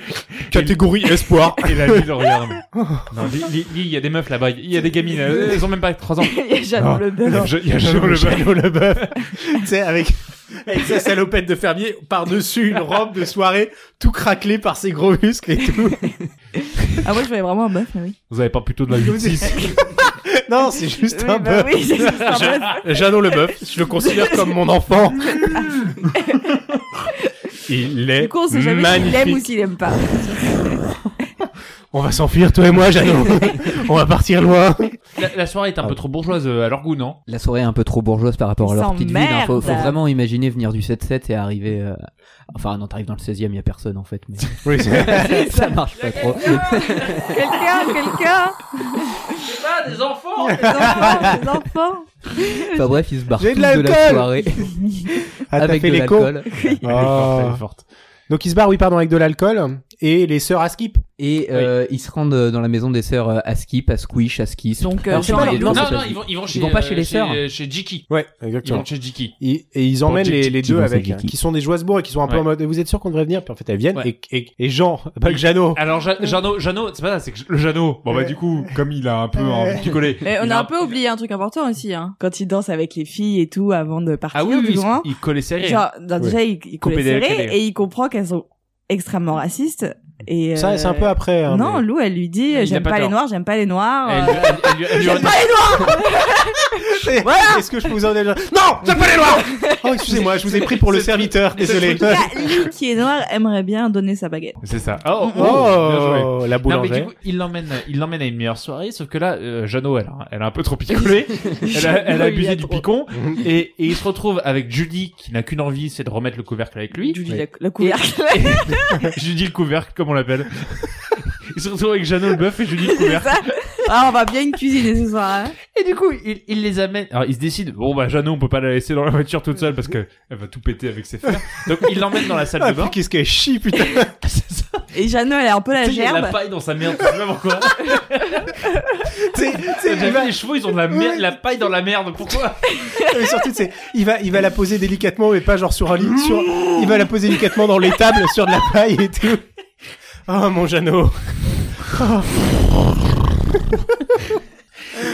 Catégorie espoir. Et la ville regarde. Non, Lily, Lily, il y a des meufs là-bas. Il y a des gamines. euh, Elles ont même pas 3 ans. J'adore le bœuf. Je- Il y a Jeannot le bœuf. Jeannot le bœuf. tu sais, avec, avec sa salopette de fermier par-dessus une robe de soirée tout craquelée par ses gros muscles et tout. Ah, moi, je voyais vraiment un bœuf, mais oui. Vous avez pas plutôt de la 8 Non, c'est juste Oui, un bah bœuf. oui, c'est juste un bœuf. Jeannot le bœuf, je le considère comme mon enfant. Il est Du coup, on sait jamais s'il aime ou magnifique. s'il aime pas. On va s'enfuir, toi et moi, Jeannot. On va partir loin. la, la soirée est un peu trop bourgeoise euh, à leur goût, non La soirée est un peu trop bourgeoise par rapport à Ils leur petite ville. s'emmerdent. hein. Faut, faut vraiment imaginer venir du 7-7 et arriver. euh, Enfin, non, t'arrives dans le 16 e il y a personne en fait, mais Oui, c'est- ça marche pas trop. Quelqu'un, quelqu'un Ah, des enfants Les enfants, les enfants Enfin bref, ils se barrent J'ai de tous de la l'alcool. soirée Ah, t'as avec fait de les cons. l'alcool. Oh. Elle est forte, elle est forte. Donc il se barre, oui, pardon, avec de l'alcool. Et les sœurs à skip. Et euh, ils se rendent euh, dans la maison des sœurs euh, à Skip, à Squish, à Skis. Donc, euh, Alors, c'est Jean pas et les- Lou. Non, ça non, passe. ils vont, ils vont chez, vont pas chez euh, les sœurs Chez, chez Jiki. Ouais, Ils exactement. vont chez Jiki. Ils- et ils emmènent Pour les, Jiki, les qui deux vont avec, chez hein, Jiki. qui sont des joyeux et qui sont un peu Ouais. en mode, vous êtes sûr qu'on devrait venir Puis en fait, elles viennent. Ouais. Et, et, et Jean, pas le Jeannot. Alors, Ja- Jeannot, Jeannot, c'est pas ça, c'est que le Jeannot. Bon, bah, du coup, comme il a un peu envie de picoler. Mais Euh, on il a un peu oublié un truc important aussi, hein. Quand il danse avec les filles et tout avant de partir Ah oui, oui, du grand. il, il collait serré. Genre, non, déjà, il, il Coupé connaît des- serré des- et il comprend qu'elles sont extrêmement racistes. Et Ça, euh, c'est un peu après. hein, non, mais- Lou, elle lui dit, Il euh, a j'aime pas pas, les tort. noirs, j'aime pas les noirs. Elle- euh, elle- elle lui- elle lui- J'aime pas les noirs! Est-ce que je vous en ai déjà Non, j'aime pas les noirs. Oh, excusez-moi, je vous ai pris pour le serviteur, désolé. En tout cas, Lou, qui est noir, aimerait bien donner sa baguette. C'est ça. Oh, oh, bien joué. Oh, la Non, mais du boulangère. coup, il l'emmène, il l'emmène à une meilleure soirée, sauf que là, euh, Jeannot, elle, a- elle a un peu trop picolé, elle a, elle a Il a abusé du trop- picon, Ah, et, et il se retrouve avec Judy, qui n'a qu'une envie, c'est de remettre le couvercle avec lui. Julie, la, la couvercle. Judy le couvercle, comme on l'appelle. il se retrouve avec Jeannot le bœuf et Judy le couvercle. ah, on va bien cuisiner ce soir, hein. Et du coup, il, il les amène. Alors, il se décide, bon, bah, Jeannot, on peut pas la laisser dans la voiture toute seule parce que elle va tout péter avec ses fers. Donc, il l'emmène dans la salle Ah, de bain. puis qu'est-ce qu'elle chie, putain. C'est ça. Et Jeannot, elle a un peu la Tu sais, il y a de la gerbe. paille dans sa merde, je sais pas pourquoi. Tu sais, tu sais, J'ai il va- vu les chevaux, ils ont de la merde, la paille dans la merde, pourquoi? mais surtout, tu sais, il va, il va la poser délicatement, mais pas genre sur un lit, sur, il va la poser délicatement dans l'étable, sur de la paille et tout. Ah, Oh, mon Jeannot.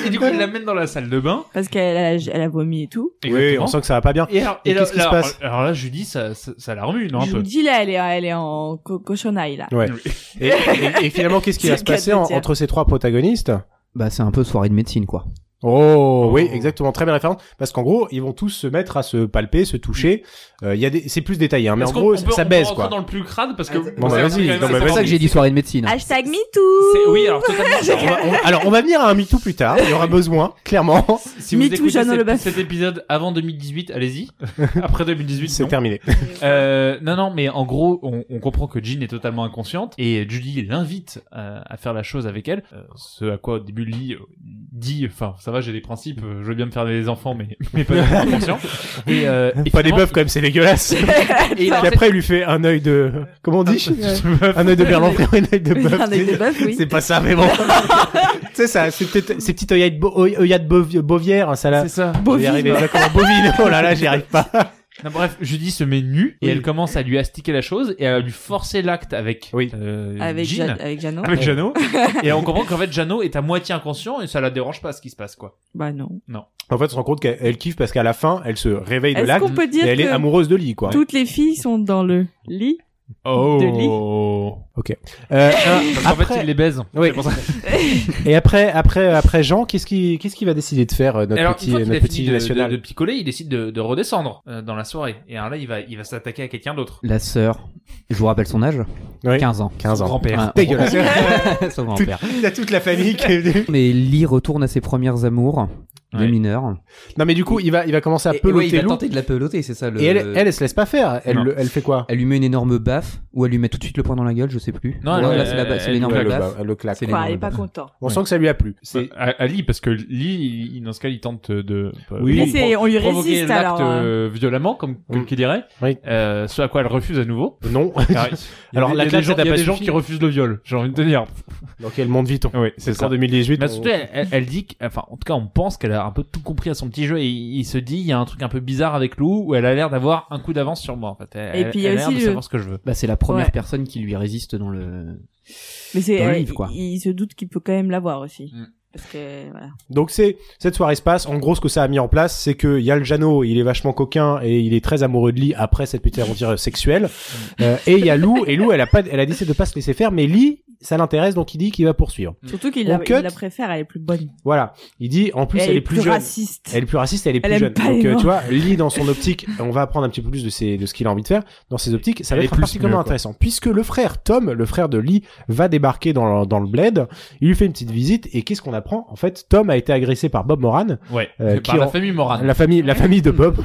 et du coup, il l'amène dans la salle de bain. Parce qu'elle a, elle a vomi et tout. Oui, on sent que ça va pas bien. Et alors, Et et là- qu'est-ce qui se là- passe alors là, Julie, ça, ça, ça la remue, non, un je vous peu. dis là, elle est, elle est en co- cochonaille là. Ouais. Et, et- et finalement, qu'est-ce qui C'est va se le cas de passer le en- dire. entre ces trois protagonistes Bah, c'est un peu soirée de médecine, quoi. Oh, Oh. oui, exactement, très belle référence. Parce qu'en gros, ils vont tous se mettre à se palper, se toucher. Euh, Il y a des, c'est plus détaillé, hein, mais Est-ce Mm. en qu'on- on gros, peut- ça on peut baise rentrer quoi. dans le plus crade parce que. bah, c'est- vas-y, c'est quand même- non, c'est bah, C'est pas- pour ça que j'ai dit soirée de médecine. Hashtag c'est- MeToo Oui, alors totalement. On va- on- alors, on va venir à un MeToo plus tard. Il y aura besoin, clairement. Si vous Me too, écoutez Jeanne cet, Lebeuf. cet épisode avant 2018, allez-y. Après 2018, C'est non. terminé. Euh, non, non, mais en gros, on, on comprend que Jean est totalement inconsciente et Julie l'invite euh, à faire la chose avec elle. Euh, ce à quoi au début Lee euh, dit, enfin, ça va, j'ai des principes, euh, je veux bien me faire des enfants, mais, mais pas des inconscients. Et, euh, et Pas des finalement, bœufs quand même, c'est dégueulasse. Et Et il a- après, il lui fait un œil de, comment on Ah, dit Ouais. Un œil de berlanfrier, un œil de bœuf. Un œil de bœuf, oui. C'est pas ça, mais bon. tu sais, ça, ces petites, ces petites œillades, bo- œil- œillades bovi- bovières, hein, ça là. C'est ça. J'y arrive, Bovine. là, comment- bovine. Oh là là, j'y arrive pas. Non, bref, Judy se met nue et Oui. elle commence à lui astiquer la chose et à lui forcer l'acte avec Oui. euh, Avec, Jean. Ja- Hein avec Jeannot Avec Jeannot. et on comprend qu'en fait, Jeannot est à moitié inconscient et ça la dérange pas ce qui se passe, quoi. Bah non. En fait, on se rend compte qu'elle elle kiffe parce qu'à la fin, elle se réveille de Est-ce l'acte qu'on peut et dire elle est que amoureuse de Lee, quoi. toutes les filles sont dans le lit Oh. De Lee. Euh, en fait, il les baise. oui. C'est pour ça. Et après, après, après Jean, qu'est-ce qui, qu'est-ce qui va décider de faire euh, notre Alors, petit, une fois qu'il notre a petit fini de, national de- de picoler, il décide de, de redescendre euh, dans la soirée. Et alors là, il va, il va s'attaquer à quelqu'un d'autre. La sœur, je vous rappelle son âge Oui. 15 ans. 15 ans. Grand-père. Ouais. Dégueulasse. Son grand-père. Il y a toute la famille qui est venue. Mais Lee retourne à ses premières amours, les Ouais. mineurs. Non, mais du coup, il va, il va commencer à Et- et ouais, il peloter va Lou. tenter de la peloter, c'est ça le. Et elle, elle, elle se laisse pas faire. Elle, Non. le- elle fait quoi Elle lui met une énorme baffe, ou elle lui met tout de suite le poing dans la gueule, je sais plus. Non, Ouais, elle- là, c'est la ba- elle- c'est elle- l'énorme Ouais, le, baffe. bah, le claque. quoi. C'est les- Quoi, elle est pas contente. On sent que ça lui a plu. C'est- À, à Lee, parce que Lee, il- dans ce cas, il tente de. euh, Oui. Mais c'est- on lui provoquer résiste l'acte alors. hein. euh, violemment, comme, comme Mm. qui dirait. Oui. Euh, ce à quoi elle refuse à nouveau. Non. Alors, Alors, la il y a claque, des gens, ça il y a t'a des pas gens suffi qui refusent le viol. J'ai envie de te dire. Dans quel monde vit-on Oui, c'est hein. En ça. 2018. Mais Bah, on- bah, surtout, elle, elle- elle dit, que- enfin, en tout cas, on pense qu'elle a un peu tout compris à son petit jeu et il, il se dit, il y a un truc un peu bizarre avec Lou où elle a l'air d'avoir un coup d'avance sur moi, en fait. Elle, Et puis, il y a elle a l'air aussi de le- savoir ce que je veux. Bah, c'est la première Ouais. personne qui lui résiste dans le. Mais c'est, dans le euh, livre, quoi. il, il se doute qu'il peut quand même l'avoir aussi. Mm. Parce que, voilà. Donc c'est cette soirée se passe. En gros, ce que ça a mis en place, c'est que il y a le Jano, il est vachement coquin et il est très amoureux de Lee après cette petite aventure sexuelle. Euh, et il y a Lou, et Lou, elle a pas, elle a décidé de pas se laisser faire, mais Lee, ça l'intéresse, donc il dit qu'il va poursuivre. Mm. Surtout qu'il On la, il cut. la préfère, elle est plus bonne. Voilà. Il dit, en plus, elle, est plus, jeune. raciste. Elle est plus raciste, elle est Elle plus jeune. aime pas Donc les euh, tu noirs. vois, Lee dans son optique, on va apprendre un petit peu plus de ses, de ce qu'il a envie de faire. Dans ses optiques, ça va Elle être est plus particulièrement mieux, quoi. intéressant puisque le frère Tom, le frère de Lee, va débarquer dans le, dans le bled. Il lui fait une petite visite et qu'est-ce qu'on apprend En fait, Tom a été agressé par Bob Moran, Ouais. Euh, C'est qui par la en- famille Moran. la famille, la famille de Bob.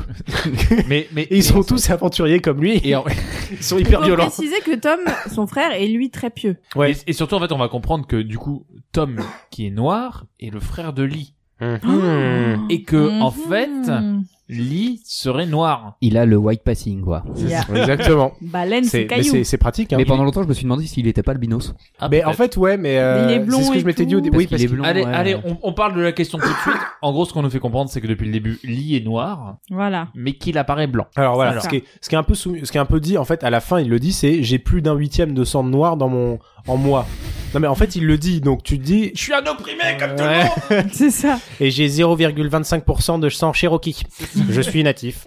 Mais, mais. Et ils sont mais- tous aventuriers comme lui. Et, en- ils sont hyper faut violents. préciser que Tom, son frère, est lui très pieux. Ouais. et- et surtout, en fait, on va comprendre que, du coup, Tom, qui est noir, est le frère de Lee. Ah. Mmh. Mm. Et que, en fait, Mhm. Lee serait noir. Il a le white passing, quoi. il y a Exactement. baleine, C'est c'est mais caillou. c'est- c'est pratique. Hein. Mais pendant longtemps, je me suis demandé s'il était pas albinos. Ah, Mais en peut-être. fait, ouais, mais euh, Il est blond c'est ce que et je m'étais dit au tout. début. Oui, Parce parce qu'il est que- blanc. Allez, ouais. allez, on, on parle de la question tout de suite. En gros, ce qu'on nous fait comprendre, c'est que depuis le début, Lee est noir, Voilà. mais qu'il apparaît blanc. Alors voilà, C'est ce ça. qui, est, ce qui est un peu sou- ce qui est un peu dit en fait à la fin, il le dit, c'est j'ai plus d'un huitième de sang de noir dans mon en moi. Non mais en fait il le dit, donc tu te dis Je suis un opprimé comme tout Ouais. le monde! C'est ça. et j'ai 0,25% de sang Cherokee. je suis natif.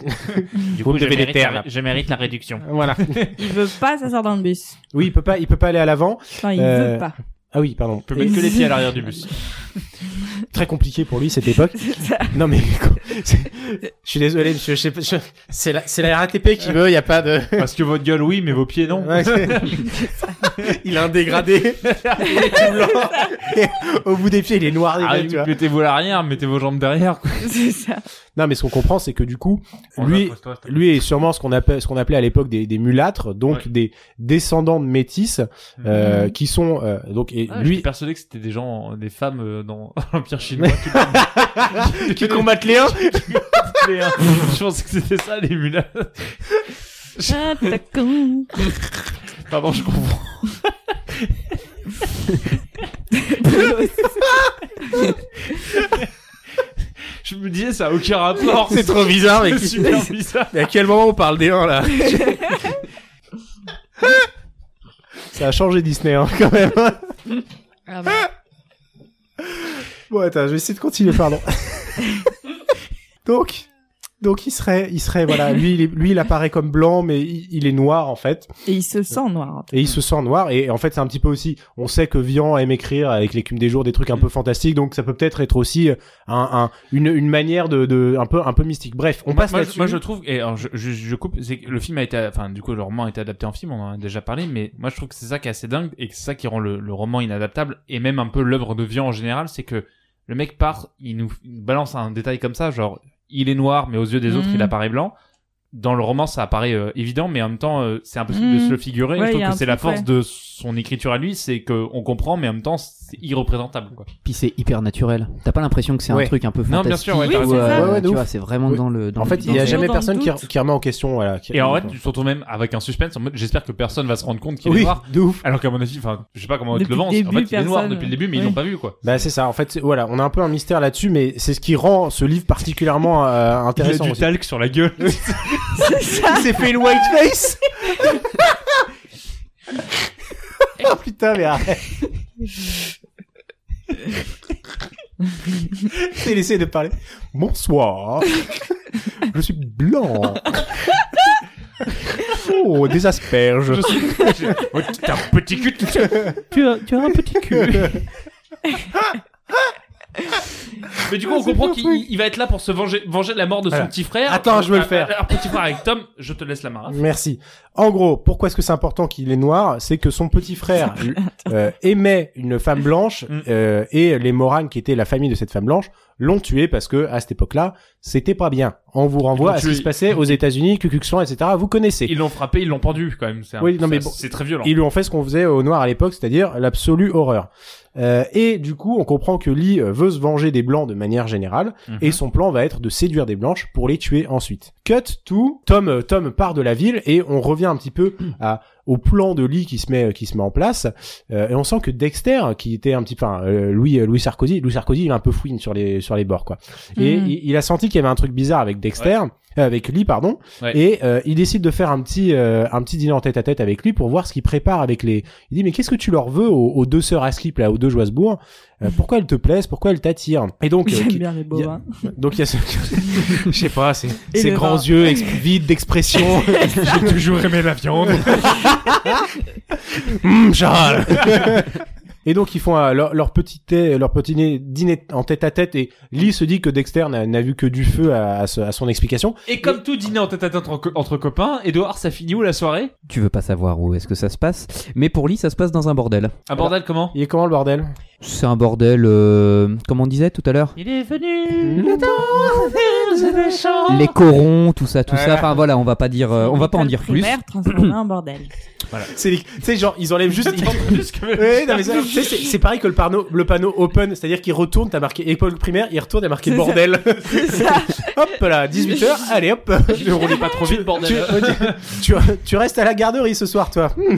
Du Vous me devez des terres, là. je mérite la réduction. Voilà. Il veut pas, ça sort dans le bus. Oui, il peut pas il peut pas aller à l'avant. Non, il Euh, veut pas. Ah oui, pardon. On peut mettre que les pieds à l'arrière du bus. Très compliqué pour lui cette époque. Non mais c'est- je suis désolé, je, je sais pas, je- c'est la c'est la RATP qui veut, il y a pas de Parce que votre gueule, oui, mais vos pieds, non. Ouais, c'est- il a un dégradé, il est tout blanc. Et au bout des pieds, il est noir. Ah, dégradé, tu vois. mettez-vous à l'arrière, mettez vos jambes derrière. quoi. C'est ça. Non, mais ce qu'on comprend, c'est que du coup, lui, lui est sûrement ce qu'on appelle, ce qu'on appelait à l'époque des, des mulâtres, donc Ouais. des descendants de métis, euh, qui sont euh, donc et Ah, j'étais lui persuadé que c'était des gens, des femmes euh, dans l'Empire chinois. qui- qui combattent les uns. Mais, hein, je pensais que c'était ça, les mulats. Ah, Attaquant. Pardon, je comprends. Je me disais, ça a aucun rapport. C'est trop bizarre, mais, C'est qui- super bizarre. mais à quel moment on parle des uns là Ça a changé Disney hein, quand même. Ah bah. Bon, attends, je vais essayer de continuer, pardon. donc, donc il serait, il serait, voilà, lui, il est- lui, il apparaît comme blanc, mais il, il est noir en fait, Et il se sent noir. et Mm. il se sent noir. Et en fait, c'est un petit peu aussi, on sait que Vian aime écrire avec l'écume des jours des Mm. trucs un peu fantastiques, donc ça peut peut-être être aussi un, un- une, une manière de, de, un peu, un peu mystique. Bref, on Moi- passe moi, je- là-dessus. moi, je trouve et alors je, je, je coupe c'est que le film a été enfin du coup le roman a été adapté en film on en a déjà parlé mais moi je trouve que c'est ça qui est assez dingue et que c'est ça qui rend le, le roman inadaptable et même un peu l'œuvre de Vian en général c'est que le mec part il nous il nous balance un détail comme ça genre il est noir mais aux yeux des autres Mhm. il apparaît blanc dans le roman ça apparaît euh, évident mais en même temps euh, c'est impossible de Mhm. se le figurer Et Ouais, je il trouve y a que un c'est la truc, force ouais. de son écriture à lui c'est que on comprend mais en même temps c'est irreprésentable quoi Puis c'est hyper naturel. T'as pas l'impression que c'est Ouais. un truc un peu Non, bien fantastique sûr, ouais, t'as ou, raison. euh, Ouais, ouais, de tu ouf. vois, c'est vraiment Oui. dans le. Dans En fait, il y a dans- jamais dans le personne qui, doute. qui remet en question, voilà. qui- et en fait tu te retrouves même avec un suspense en mode j'espère que personne va se rendre compte qu'il est oui, noir de ouf. Alors qu'à mon avis, enfin, je sais pas comment ils te Depuis le le vendent. En début, fait, il est noir personne. depuis le début, mais ils Oui. l'ont pas vu, quoi. Bah c'est ça. En fait, c'est- voilà, on a un peu un mystère là-dessus, mais c'est ce qui rend ce livre particulièrement euh, Il a intéressant. du aussi. talc sur la gueule. Il s'est fait le white face. oh putain, mais arrête. T'es laissé de parler. Bonsoir. Je suis blanc. Oh, des asperges. Je suis. je- Oh, T'as un petit cul. Tu tu as, tu as un petit cul. Mais du coup, on comprend qu'il il va être là pour se venger, venger de la mort de son Voilà. petit frère. Attends, je veux le Un- faire. Un, un petit frère avec Tom, je te laisse la main. Merci. En gros, pourquoi est-ce que c'est important qu'il est noir C'est que son petit frère euh, aimait une femme blanche Mm. euh, et les Moran, qui étaient la famille de cette femme blanche, l'ont tué parce que à cette époque-là, c'était pas bien. On vous renvoie l'ont à ce tué. qui se passait aux États-Unis, Ku Klux Klan, etc. Vous connaissez. Ils l'ont frappé, ils l'ont pendu, quand même. C'est un- Oui, non, mais c'est- bon. c'est très violent. Ils lui ont fait ce qu'on faisait aux Noirs à l'époque, c'est-à-dire l'absolue horreur. Euh, et du coup, on comprend que Lee euh, veut se venger des Blancs de manière générale, Mhm. et son plan va être de séduire des Blanches pour les tuer ensuite. Cut tout, Tom, euh, Tom part de la ville, et on revient un petit peu à, au plan de Lee qui se met, qui se met en place, Euh, et on sent que Dexter, qui était un petit peu, enfin, euh, Louis, euh, Louis Sarkozy, Louis Sarkozy, il est un peu fouine sur les, sur les bords, quoi. Et Mhm. il, il a senti qu'il y avait un truc bizarre avec Dexter, euh, avec Lee, pardon, Ouais. et euh, il décide de faire un petit euh, un petit dîner en tête à tête avec lui pour voir ce qu'il prépare avec les. Il dit mais qu'est-ce que tu leur veux aux, aux deux sœurs à skip là, aux deux Joisebourg Euh, Pourquoi elles te plaisent Pourquoi elles t'attirent Et donc euh, J'aime qui- bien les hein. il y a- bovins. donc il y a ce... je sais pas, c'est Et ces le grands vin. yeux ex- vides d'expression. J'ai toujours aimé la viande. Hum, Charles Et donc ils font euh, leur, leur petit thé- leur petit dîner- dîner en tête à tête et Lee se dit que Dexter n'a n'a vu que du feu à, à ce- à son explication. Et comme tout dîner en tête à tête entre, entre copains, Edouard, ça finit où la soirée Tu veux pas savoir où est-ce que ça se passe, mais pour Lee, ça se passe dans un bordel. Un bordel comment Il est comment le bordel C'est un bordel, euh, comme on disait tout à l'heure. Il est venu le temps des méchants. Les corons, tout ça, tout ça. Voilà. Enfin voilà, on va pas dire, euh, on va pas en dire plus. Primaire transformé en bordel. C'est les- tu sais genre ils enlèvent juste ils- plus que... Ouais, non, mais ça- tu sais, c'est c'est pareil que le panneau, le panneau open, c'est-à-dire qu'il retourne, t'as marqué école primaire, il retourne, t'as marqué C'est ça. bordel. C'est ça. hop là, 18h, allez hop. Ne roulez pas trop vite, bordel. Tu, tu, tu restes à la garderie ce soir, toi. Euh,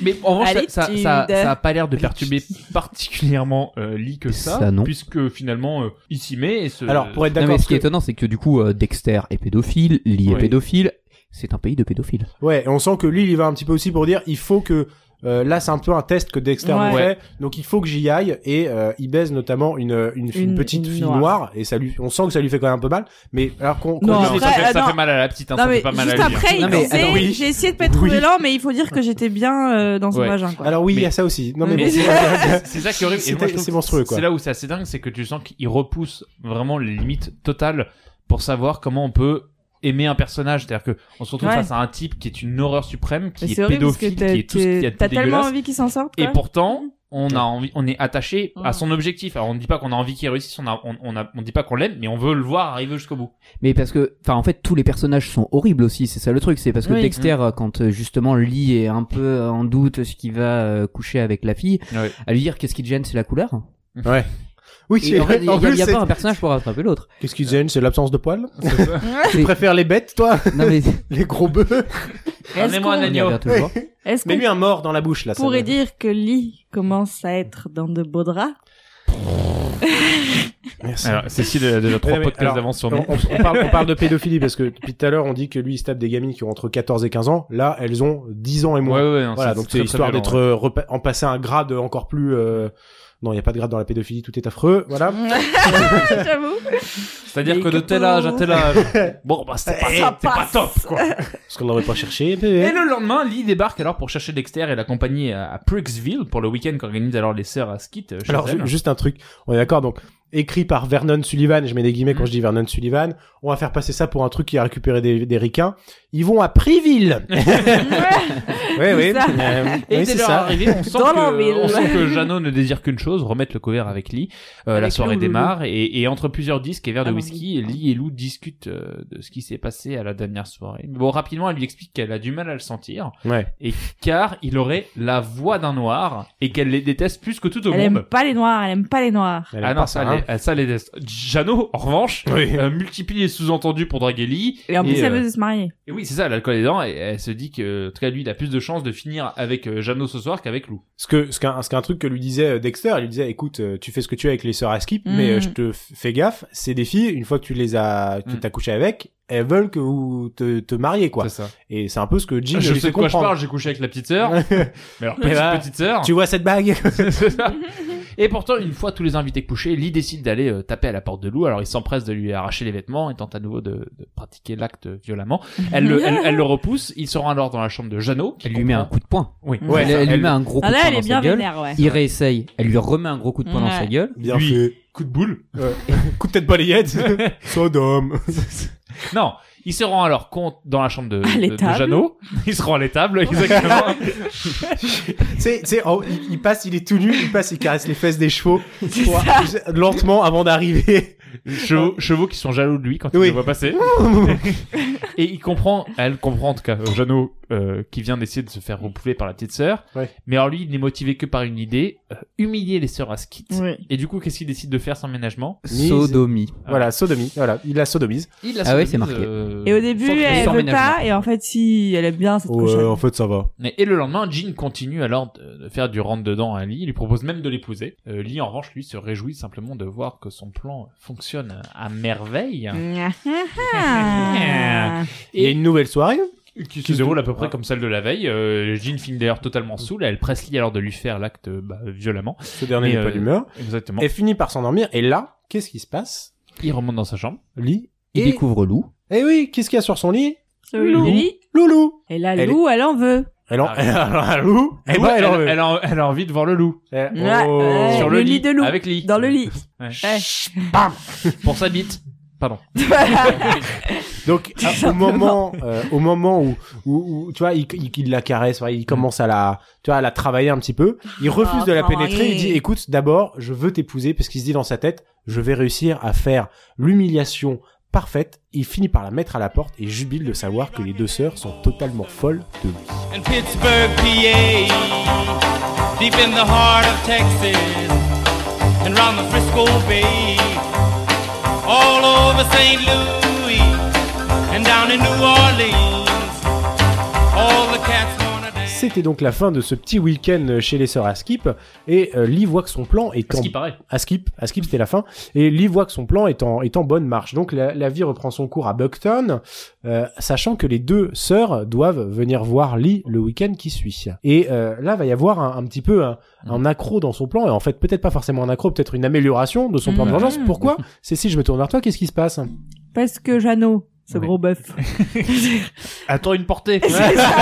Mais en revanche, ça, ça, Habitude. ça, ça a pas l'air de perturber particulièrement euh, Lee que ça, Ça, non. puisque finalement, euh, il s'y met et se... Alors, pour être Non, d'accord, mais ce parce qui est que- étonnant, c'est que du coup, euh, Dexter est pédophile, Lee est Oui. pédophile. C'est un pays de pédophiles. ouais, on sent que lui, il y va un petit peu aussi pour dire, il faut que euh, là, c'est un peu un test que Dexter Ouais. nous fait, donc il faut que j'y aille et euh, il baise notamment une, une, une Une- petite une fille noire. noire. et ça lui, on sent que ça lui fait quand même un peu mal. Mais alors qu'on, qu'on Non, Non, dise ça, les- après, fait, euh, ça non. fait mal à la petite, hein, Non ça fait mais pas mal à juste lui. hein. après, il Non, mais disait, attends, oui. j'ai essayé de pas être trop Oui. violent, mais il faut dire que j'étais bien euh, dans son Ouais. vagin quoi. alors oui, il y hein. a Mais- ça aussi. Non mais, Mais- bon, c'est- C'est- c'est ça qui est horrible. Et C'est- moi, je trouve c'est que monstrueux, quoi. C'est là où c'est assez dingue, c'est que tu sens qu'il repousse vraiment les limites totales pour savoir comment on peut aimer un personnage. C'est-à-dire que on se retrouve Ouais. face à un type qui est une horreur suprême, qui Mais est, c'est horrible parce que pédophile, qui t'as- est tout ce qu'il y a t'es- de t'as plus tellement dégueulasse. envie qu'il s'en sorte. hein. Et quoi. pourtant, on a envie, on est attaché à Mm. son objectif. Alors on ne dit pas qu'on a envie qu'il réussisse, on, a, on, on, a- on dit pas qu'on l'aime, mais on veut le voir arriver jusqu'au bout. Mais parce que, enfin, en fait, tous les personnages sont horribles aussi, c'est ça le truc. C'est parce que Oui. Mm. Dexter, euh, quand euh, justement Lee est un peu euh, en doute ce qu'il va euh, coucher avec la fille, Ouais. à lui dire qu'est-ce qui te gêne, c'est la couleur. oui, Et en fait, Il n'y en a, plus, il y a c'est- pas un personnage pour rattraper l'autre. Qu'est-ce qui te gêne C'est l'absence de poils Tu C'est- préfères les bêtes, toi Non mais Les gros bœufs Est-ce Ramenez-moi un qu'on- on y agneau. revient toujours. Est-ce Mais qu'on lui, un mort dans la bouche, ah, là. ça pourrait me- dire que Lee commence à être dans de beaux draps Merci. Alors, Cécile a déjà trois Mais, mais, podcasts alors, d'avance sur on, nous. on- on parle, on parle de pédophilie parce que depuis tout à l'heure on dit que lui il se tape des gamines qui ont entre 14 et 15 ans. Là elles ont 10 ans et moins. ouais, non, voilà donc c'est très, histoire très violent, d'être euh, repa- en passer un grade encore plus. euh, Non il y a pas de grade dans la pédophilie tout est affreux. Voilà. J'avoue. Eh, ouais. C'est-à-dire Mais que de que tel âge à pour- tel âge. Bon, bah, c'est pas Eh, ça, c'est pas top, quoi. Parce qu'on l'aurait pas cherché. Et bébé. le lendemain, Lee débarque alors pour chercher Dexter et l'accompagner à à Pricksville pour le week-end qu'organisent alors les sœurs à Skit. euh, chez Alors elles. ju- juste un truc. On est d'accord donc. Écrit par Vernon Sullivan, je mets des guillemets quand je dis Vernon Sullivan. On va faire passer ça pour un truc qui a récupéré des, des ricains. Ils vont à Priville. oui, oui. ça. Euh, Et dès oui, c'est leur ça. arrivée, on sent, Dans que, l'enville. on sent que Jeannot ne désire qu'une chose, remettre le couvert avec Lee. Euh, la Avec soirée Lou, Lou, démarre et, et entre plusieurs disques et verres de Ah, whisky, Lee et Lou discutent euh, de ce qui s'est passé à la dernière soirée. Mais Bon, rapidement, elle lui explique qu'elle a du mal à le sentir, Ouais. et car il aurait la voix d'un noir et qu'elle les déteste plus que tout au Elle monde. aime pas les noirs, elle aime pas les noirs. Elle ah aime non, pas ça, hein. les, ça les déteste. Jeannot, en revanche, Oui. euh, multiplie les sous-entendus pour draguer Lee. Et en plus, elle euh, veut se marier. et oui, c'est ça, l'alcool est dedans, et elle se dit que, en tout cas, lui, il a plus de chances de finir avec euh, Jeannot ce soir qu'avec Lou. Ce que ce qu'un ce qu'un truc que lui disait euh, Dexter, il lui disait écoute, euh, tu fais ce que tu as avec les sœurs à skip, Mm. mais euh, je te f- fais gaffe, c'est des filles, une fois que tu les as que Mm. t'as couché avec, elles veulent que vous te, te mariez quoi. C'est ça. Ah, Et c'est un peu ce que Jim je lui sais fait de quoi je comprendre. parle, j'ai couché avec la petite sœur. Mais alors, petite, bah, petite sœur. tu vois cette bague C'est ça. Et pourtant, une fois tous les invités couchés, Lee décide d'aller euh, taper à la porte de Lou. Alors, il s'empresse de lui arracher les vêtements et tente à nouveau de, de pratiquer l'acte violemment. Elle le, elle, elle le repousse. Il se rend alors dans la chambre de Jeannot. qui Elle lui met un comprend- coup de poing. Oui. Ouais, elle, elle lui met un gros coup Ah de là, poing elle dans est bien sa gueule. vénère, ouais. Il réessaye. Elle lui remet un gros coup de poing dans Ouais. sa gueule. Bien Lui. fait. coup de boule. Coupe peut-être pas les yettes. Sodome. Non, il se rend alors compte dans la chambre de, À de, de l'étable. Jeannot. Il se rend à l'étable, exactement. c'est c'est oh, il, il passe, il est tout nu, il passe, il caresse les fesses des chevaux pour- lentement avant d'arriver. chevaux, chevaux qui sont jaloux de lui quand il Oui. les voit passer. et il comprend, elle comprend en tout cas, euh, Jeannot, euh, qui vient d'essayer de se faire repouler par la petite sœur. Ouais. Mais alors lui, il n'est motivé que par une idée, euh, humilier les sœurs à Skit. Oui. Et du coup, qu'est-ce qu'il décide de faire sans ménagement Mise. Sodomie. Ah. Voilà, sodomie. Voilà, il la sodomise. Il la Ah ouais, sodomise, c'est marqué. euh, Et au début, sans que- elle elle sans veut veut pas, pas, et en fait, si, elle aime bien cette cochonne. fait ça va. Mais- Et le lendemain, Jean continue alors de de faire du rentre-dedans à Lee. Il lui propose même de l'épouser. Euh, Lee, en revanche, lui, se réjouit simplement de voir que son plan fonctionne à merveille. Il y a une nouvelle soirée. qui se déroule à peu près comme celle de la veille. Euh, Jean finit d'ailleurs totalement saoul. Elle presse Lee alors de lui faire l'acte bah, violemment. Ce dernier Mais, n'est pas euh, d'humeur. Exactement. Elle finit par s'endormir. Et là, qu'est-ce qui se passe Il remonte dans sa chambre. Lit. Il Et- découvre Lou. Eh oui, qu'est-ce qu'il y a sur son lit Lou. Loulou. Et là, Elle Lou, elle en veut. Elle en, Ah oui. elle en a un loup. Eh Lou, ben, elle, elle en veut. elle a, elle a envie de voir le loup. Elle- Ouais, Oh. ouais. Sur le le, lit de loup. Avec Lee. Dans le lit. Ouais. Ouais. Pour sa bite. Pardon. Donc à- au moment, euh, au moment où, où, où, tu vois, il, il, il la caresse, ouais, il commence à la, tu vois, à la travailler un petit peu. Il refuse Ah, de la travailler. pénétrer. Il dit, écoute, d'abord, je veux t'épouser parce qu'il se dit dans sa tête, je vais réussir à faire l'humiliation parfaite. Il finit par la mettre à la porte et jubile de savoir que les deux sœurs sont totalement folles de lui. in Pittsburgh, PA, deep in the heart of Texas, and round the Frisco Bay, all over St. Louis, and down in New Orleans, all the cats wanna dance. C'était donc la fin de ce petit week-end chez les sœurs Askip et euh, Lee voit que son plan est Ce en qui paraît. Askip, Askip c'était la fin et Lee voit que son plan est en, est en bonne marche. Donc la, la vie reprend son cours à Buckton, euh, sachant que les deux sœurs doivent venir voir Lee le week-end qui suit. Et euh, là va y avoir un, un petit peu un, un accro dans son plan et en fait peut-être pas forcément un accro, peut-être une amélioration de son plan de Mhm. vengeance. Pourquoi Cécile, je me tourne vers toi, qu'est-ce qui se passe Parce que Jeannot, ce Oui. gros bœuf. Attends une portée. C'est ça.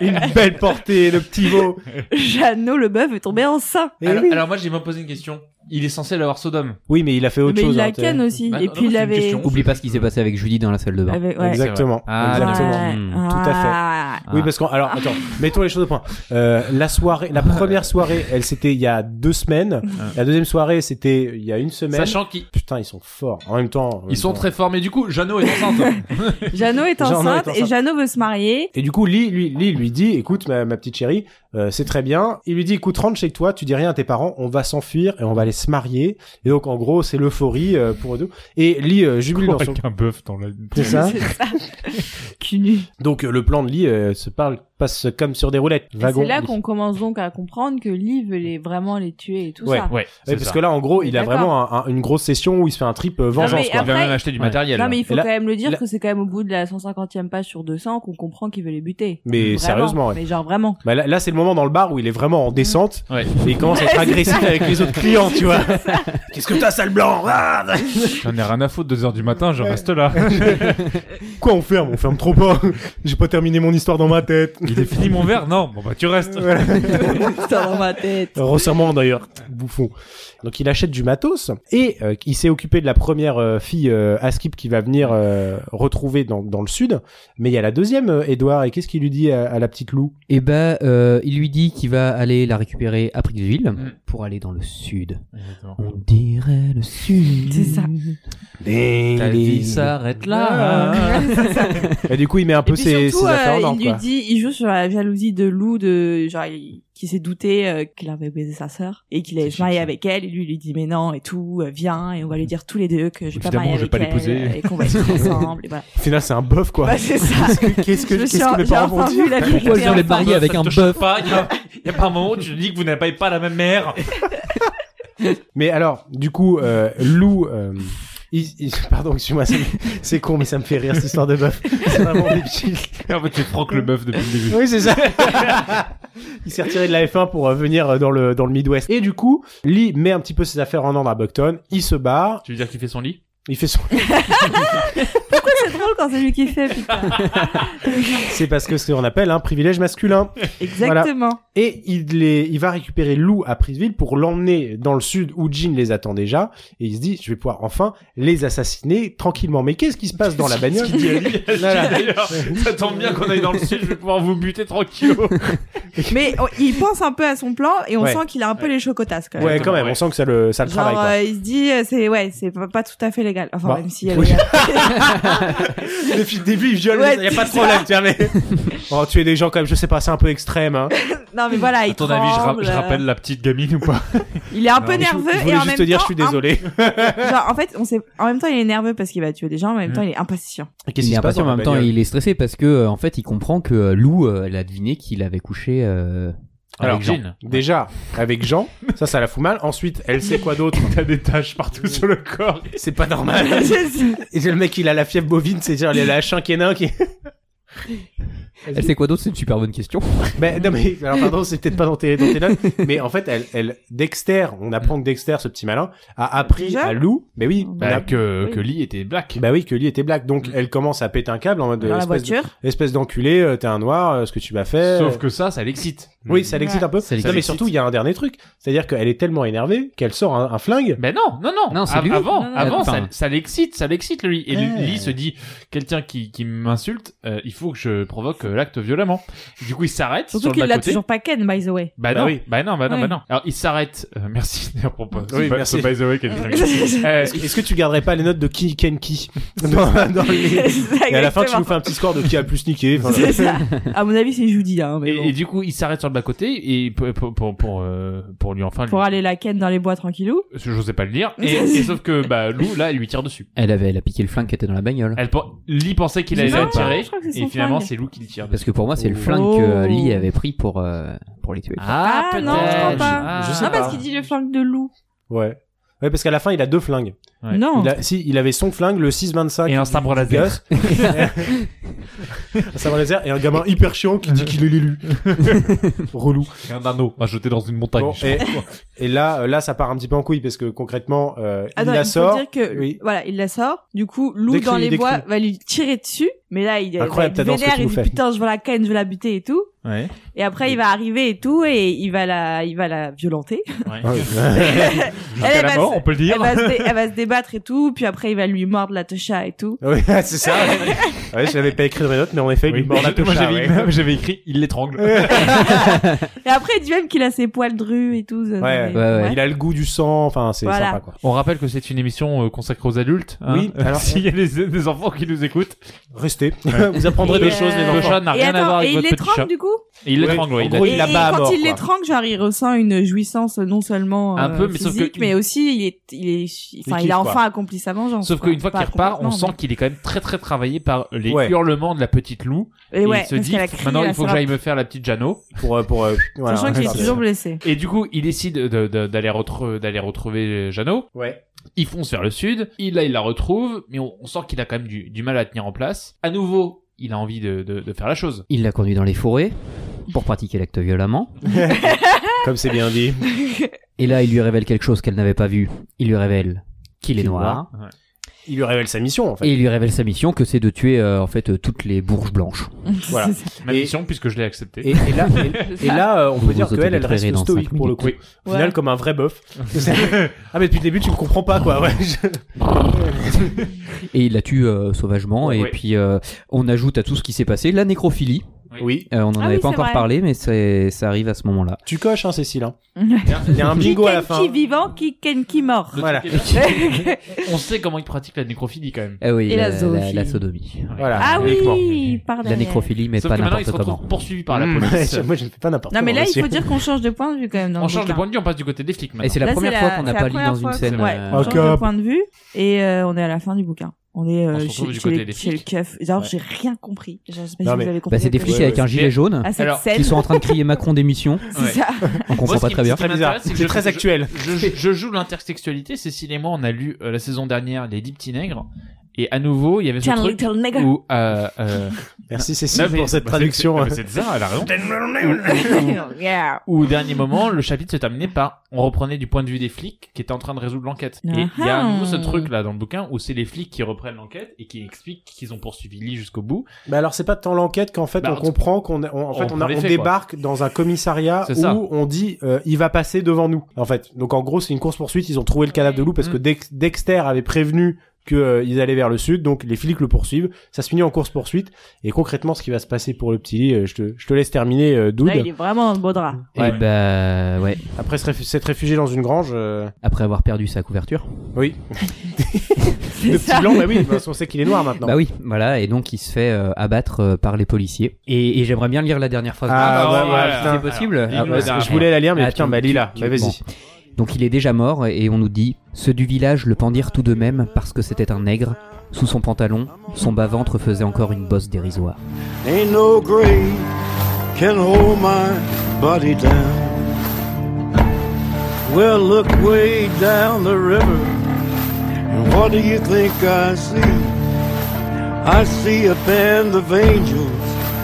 Une belle portée, le petit veau. Jeannot, le bœuf, est tombé enceint. Eh alors, oui. alors moi, j'ai même posé une question. Il est censé l'avoir Sodome. Oui, mais il a fait autre Mais chose. il hein, la t'es- ken aussi. Bah, Et non, puis il c'est une avait. question. hein. Oublie pas ce qui s'est passé avec Julie dans la salle de bain. avait- ouais. Exactement. Ah, Ouais. exactement. Exactement. Ah. Oui, parce qu'en alors attends, mettons les choses au point. Euh, la soirée, la première soirée, elle c'était il y a deux semaines. La deuxième soirée, c'était il y a une semaine. Sachant qu'ils Putain, ils sont forts. En même temps, en même ils sont temps. très forts. Mais du coup, Jeannot est enceinte. Jeannot est Jeannot est enceinte et enceinte. Jeannot veut se marier. Et du coup, Lee, lui, Lee lui dit, écoute, ma, ma petite chérie, euh, c'est très bien. Il lui dit, écoute, rentre chez toi, tu dis rien à tes parents, on va s'enfuir et on va aller se marier. Et donc, en gros, c'est l'euphorie euh, pour eux deux. Et Lee euh, jubile dans son... un bœuf dans la. C'est ça. suis nulle. Donc euh, le plan de Lee euh, se parle, passe comme sur des roulettes. Wagon. C'est là qu'on commence donc à comprendre que Lee veut les, vraiment les tuer et tout Ouais. ça. Ouais, Ouais, c'est parce ça. que là, en gros, il a D'accord. vraiment un- un- une grosse session où il se fait un trip euh, vengeance. mais il quoi. va après- même acheter du Ouais. matériel. hein. Non mais il faut Et là- quand même le dire là- que c'est quand même au bout de la 150e page sur 200 qu'on comprend qu'il veut les buter. Mais Vraiment. sérieusement, ouais. Mais genre vraiment. Bah, là, là, c'est le moment dans le bar où il est vraiment en descente Ouais. et il commence à être agressif avec les autres clients, tu vois. Qu'est-ce que t'as, sale blanc Ah J'en ai rien à foutre, 2h du matin, je reste là. Quoi, on ferme On ferme trop pas. J'ai pas terminé mon histoire dans ma tête. Il est fini mon verre Non, bon bah tu restes. Putain, dans ma tête. Resserrement d'ailleurs, bouffon. Donc il achète du matos et euh, il s'est occupé de la première euh, fille euh, Askip qui va venir euh, retrouver dans, dans le sud. Mais il y a la deuxième, euh, Edouard, et qu'est-ce qu'il lui dit à, à la petite Lou Et ben, euh, il lui dit qu'il va aller la récupérer à Prickville Mm. pour aller dans le sud. On dirait le sud. C'est ça. Ta vie s'arrête là. Et du coup il met un Et peu puis ses, surtout, ses affaires euh, en il ordre. lui quoi. dit, il joue sur la jalousie de Lou, de genre il- qui s'est douté euh, qu'il avait baisé sa sœur et qu'il allait se marier avec elle. Et lui, il lui dit mais non et tout, euh, viens et on va lui dire tous les deux que je vais pas Évidemment, marier je vais avec pas elle l'épouser. euh, et qu'on va être ensemble. Et voilà. Au final c'est un bœuf quoi. Bah, c'est ça. Qu'est-ce que, Je me qu'est-ce suis que mes j'ai parents enfin vont dire vu la vérité. Pourquoi ils ont les enfin. mariés avec un bœuf Il y, a pas un moment où tu dis que vous n'avez pas la même mère. Mais alors, du coup, euh, Lou, euh, il- il- pardon, excuse-moi, c'est- c'est con, mais ça me fait rire cette histoire de bœuf. C'est vraiment débile. En fait, c'est Franck le bœuf depuis le début. Oui, c'est ça. il s'est retiré de la F1 pour euh, venir euh, dans le dans le Midwest. Et du coup, Lee met un petit peu ses affaires en ordre à Buckton. Il se barre. Tu veux dire qu'il fait son lit Il fait son. C'est drôle quand c'est lui qui fait. Putain. c'est parce que c'est ce qu'on appelle un privilège masculin. Exactement. Et il les, il va récupérer Lou à Prisville pour l'emmener dans le sud où Jean les attend déjà. Et il se dit, je vais pouvoir enfin les assassiner tranquillement. Mais qu'est-ce qui se passe dans la bagnole Voilà. D'ailleurs, ça tombe bien qu'on aille dans le sud, je vais pouvoir vous buter tranquille. Mais on- il pense un peu à son plan et on Ouais. sent qu'il a un peu les chocotasses quand même. Ouais, quand même, ouais. on sent que ça le, ça le Genre, travaille. Quoi. euh, il se dit, euh, c'est ouais, c'est pas, pas tout à fait légal. Enfin, Bah, même si euh, elle oui. est légale. Depuis le début, il viole, Ouais, y a pas de c'est problème, tu vois, mais... euh, Oh, tuer des gens, quand même, je sais pas, c'est un peu extrême, hein. Non, mais voilà, il ton avis, je, ra- tremble, euh, je rappelle la petite gamine ou pas Il est un peu Non, Je- nerveux je et voulais en juste même te dire, temps, hein. je suis désolé. un- genre, en fait, on sait, en même temps, il est nerveux parce qu'il va tuer des gens, en même Mm. temps, il est impatient. Qu'est-ce il qui est se passe impatient, dans en la même temps, bagnole il est stressé parce que euh, en fait, il comprend que euh, Lou, euh, elle a deviné qu'il avait couché euh, Alors, avec Jean. Jean, Déjà, avec Jean, ça, ça la fout mal. Ensuite, elle sait quoi d'autre t'as des taches partout sur le corps. C'est pas normal. C'est ça. Et le mec, il a la fièvre bovine, c'est-à-dire, il a la chinquénin qui... Elle sait quoi d'autre C'est une super bonne question. Ben, non, mais, alors, pardon, c'est peut-être pas dans tes, dans tes notes, mais en fait, elle, elle, Dexter, on apprend que Dexter, ce petit malin, a appris Déjà Oh, ben à Lou, mais oui, on a- Bah, que, Oui. que Lee était black. bah oui, que Lee était black, donc Mm. elle commence à péter un câble en mode Dans la espèce de- voiture. espèce d'enculé, euh, t'es un noir, euh, ce que tu m'as fait. Sauf euh. que ça, ça l'excite. Oui, ça l'excite Ouais. un peu. Ça non, mais l'excite. surtout, il y a un dernier truc. C'est-à-dire qu'elle est tellement énervée qu'elle sort un, un flingue. Ben non, non, non. Non, c'est Av- lui. Avant, Non, non, avant, ça, enfin. ça l'excite, ça l'excite lui. Et lui- Ouais. Lee se dit, quelqu'un qui, qui m'insulte, euh, il faut que je provoque euh, l'acte violemment. Du coup, il s'arrête sur Surtout le qu'il l'a bas-côté. toujours pas Ken, by the way. Bah, Bah non, oui. bah non, bah non, Ouais. bah non. Alors, il s'arrête. Euh, merci d'ailleurs pour pas. Oui, c'est pas- merci. c'est By the way, qui est C'est Euh, Est-ce que, est-ce que tu garderais pas les notes de qui ken qui dans, dans les... ça, Et à la fin, tu exactement. nous fais un petit score de qui a le plus niqué. Enfin, C'est ça. À mon avis, c'est Judy, hein, mais Et, bon. et du coup, il s'arrête sur le bas côté et pour pour pour pour, euh, pour lui enfin. Pour lui- aller la Ken dans les bois tranquillou. J'osais pas le dire. Et, et sauf que bah Lou là, elle lui tire dessus. Elle avait, elle a piqué le flingue qui était dans la bagnole. Elle pen- Lee pensait qu'il Non, allait la tirer je crois que c'est et son finalement flingue. c'est Lou qui lui tire dessus. Parce que pour moi, c'est le flingue Oh. que euh, Lee avait pris pour euh, pour les tuer. Ah, non, je crois pas. Ah. Je sais non, pas. parce qu'il dit le flingue de loup. Ouais. Ouais, parce qu'à la fin, il a deux flingues. Ouais. Non. Il a, si, il avait son flingue, le 625. Et un sabre laser. Gus. un sabre laser et un gamin hyper chiant qui dit qu'il est l'élu. Relou. Et un anneau à jeter dans une montagne. Bon, je et, crois. et là, euh, là, ça part un petit peu en couille parce que concrètement, euh, Attends, il la Ah faut sort. dire que Oui. voilà, il la sort. Du coup, Lou Décris, dans les décris. bois va lui tirer dessus, mais là il est Incroyable, va être t'adores ce que vénère, tu il nous dit fais. putain, je veux la ken, je veux la buter et tout. Ouais. Et après il va arriver et tout et il va la il va la violenter. Ouais. Elle, Jusqu'à elle la va mort, se- on peut le Elle dire. va, se dé- elle va se débattre et tout, puis après il va lui mordre la techa et tout. Oui, c'est ça. Ouais, Ouais, je l'avais pas écrit dans mes notes, mais en effet, ben, Oui, il lui mord la moi, touche, j'avais- ouais. j'avais écrit, il l'étrangle. Et après il dit même qu'il a ses poils drus et tout. ça, non, Ouais, mais- ouais, Il a le goût du sang, enfin, c'est Voilà. sympa, quoi. On rappelle que c'est une émission euh, consacrée aux adultes. hein. Oui, alors- s'il y a des, des enfants qui nous écoutent, Restez. Vous apprendrez Et des euh, choses, les le enfants. chat n'a Et rien à attends, voir et avec il votre petit chat. l'étrangle du coup Et il Oui, l'étrangle, ouais, En il gros, a- il la et bat à quand mort, il quoi. l'étrangle, genre, il ressent une jouissance non seulement Un euh, peu, mais sauf physique, que- mais aussi il est, il est, enfin, Il il a kiffe, enfin quoi. accompli sa vengeance. Sauf quoi. qu'une fois Pas qu'il repart, on complètement, sent qu'il est quand même très très travaillé par les Ouais. hurlements de la petite loup. mais- Et ouais, il se parce dit, qu'elle a crié, maintenant elle il a faut que sa- j'aille me faire la petite Jeannot. pour euh, pour euh, voilà, Sachant qu'il est c'est- toujours blessé. Et du coup, il décide de- de- d'aller retre- d'aller retrouver Jeannot. Ouais. Il fonce vers le sud. Il, là, il la retrouve, mais on, on sent qu'il a quand même du, du mal à tenir en place. À nouveau, il a envie de, de- de faire la chose. Il l'a conduit dans les forêts pour pratiquer l'acte violemment. Comme c'est bien dit. Et là, il lui révèle quelque chose qu'elle n'avait pas vu. Il lui révèle qu'il est noir. Ouais. Il lui révèle sa mission en fait. Et il lui révèle sa mission, que c'est de tuer euh, en fait euh, toutes les bourges blanches. Voilà. C'est ça. Ma Et- mission, puisque je l'ai accepté. Et, et là, et, et là, euh, on Vous peut dire vous qu'elle, elle autodétruirez reste dans stoïque cinq pour le coup. minutes. Au final, Ouais. comme un vrai bœuf. ah, mais depuis le début, tu ne comprends pas, quoi. Ouais, je- Et il la tue euh, sauvagement. Et Oui. puis, euh, on ajoute à tout ce qui s'est passé la nécrophilie. Oui. Euh, on n'en Ah avait oui, pas c'est encore vrai. parlé, mais c'est- ça arrive à ce moment-là. Tu coches, hein, Cécile. hein. Ouais. Il y a un Qui bingo à la ken fin. qui vivant, qui ken qui mort. Le Voilà. truc est bien, c'est qu'on sait comment il pratique la nécrophilie quand même. Eh oui, Et la la, zoophilie. la sodomie. Voilà. Ah ben. oui, uniquement. pardon. La nécrophilie, mais Sauf pas que maintenant, il se n'importe retrouve comment. poursuivi par la Mmh. Mm. Ouais, police. je- Moi, je ne fais pas n'importe quoi. Non, mais là, il monsieur. faut dire qu'on change de point de vue quand même. Dans on le change de bouquin. point de vue, on passe du côté des flics Et maintenant. c'est la Là, première c'est fois la- qu'on c'est n'a la pas lu première dans une fois scène. qu'on- Ouais. euh, On Ok. change de point de vue et euh, on est à la fin du bouquin. On est On euh, se chez, retrouve du chez côté les, des chez le keuf. Genre, j'ai rien compris. Genre, je sais pas Non, si mais- vous avez compris. Bah, c'est des quelque flics chose avec un gilet jaune À cette Alors, scène. qui sont en train de crier Macron démission. C'est Ouais. ça. On Moi, comprend ce pas qui- très ce bien. qui Très bizarre. m'intéresse, c'est que C'est je- très je- actuel. je, je joue l'intersexualité. Cécile et moi, on a lu euh, la saison dernière Les Dix Petits Nègres. Et à nouveau, il y avait ce Tiens, truc little nigger. où. euh, euh, Merci, non, Cécile, mais- pour cette bah, traduction. hein. c'est- c'est- bah, C'est de ça, elle a raison. Yeah. Où, au dernier moment, le chapitre se terminait par on reprenait du point de vue des flics qui étaient en train de résoudre l'enquête. Et il y a à nouveau ce truc là dans le bouquin où c'est les flics qui reprennent l'enquête et qui expliquent qu'ils ont poursuivi Lee jusqu'au bout. Bah alors c'est pas tant l'enquête qu'en fait Bah, on on- comprend qu'on on- en on fait on, prend a- les on faits, quoi. débarque dans un commissariat C'est où ça. on dit euh, il va passer devant nous en fait donc en gros c'est une course poursuite ils ont trouvé le cadavre de loup parce que Mm. Dex- Dexter avait prévenu que euh, ils allaient vers le sud donc les flics le poursuivent ça se finit en course poursuite et concrètement ce qui va se passer pour le petit lit euh, je te je te laisse terminer euh, Doud Là, Bah, il est vraiment dans le beau drap. Et bah, ouais. après se réfu- s'être réfugié dans une grange euh, Après avoir perdu sa couverture. oui C'est le ça. petit blanc bah oui parce qu'on sait qu'il est noir maintenant Bah oui, voilà. Et donc, il se fait euh, abattre euh, par les policiers. Et, et j'aimerais bien lire la dernière phrase. euh, Ah, bah, bah, ouais, bah, ouais, putain. c'est possible. Alors, Ah, dis-nous bah, la dernière. je voulais la lire mais Ah, putain tu- bah lis là tu- bah bon. vas-y Donc il est déjà mort et on nous dit Ceux du village le pendirent tout de même parce que c'était un nègre. Sous son pantalon, son bas-ventre faisait encore une bosse dérisoire. Ain't no grave can hold my body down. Well, look way down the river, and what do you think I see? I see a band of angels,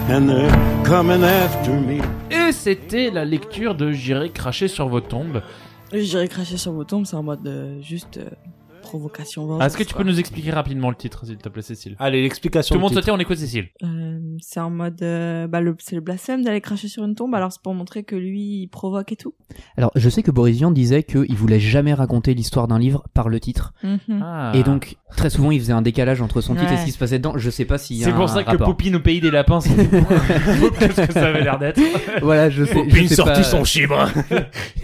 and they're coming after me. Et c'était la lecture de J'irai cracher sur vos tombes. J'irai cracher sur vos tombes, c'est en mode euh, juste euh, provocation. vengeance, Est-ce que tu quoi. peux nous expliquer rapidement le titre, s'il te plaît, Cécile allez l'explication Tout le du monde se titre. tait, on écoute Cécile. Euh, c'est en mode, euh, bah le, c'est le blasphème d'aller cracher sur une tombe. Alors c'est pour montrer que lui, il provoque et tout. Alors je sais que Boris Vian disait qu'il voulait jamais raconter l'histoire d'un livre par le titre. Mm. Mhm. Ah. Et donc très souvent il faisait un décalage entre son titre et Ouais. ce qui se passait dedans. Je sais pas s'il y a C'est un pour ça que rapport. Poupine au pays des lapins, c'est ce que ça avait l'air d'être. Voilà, je sais, je Poupine sais pas, sortit son chibre.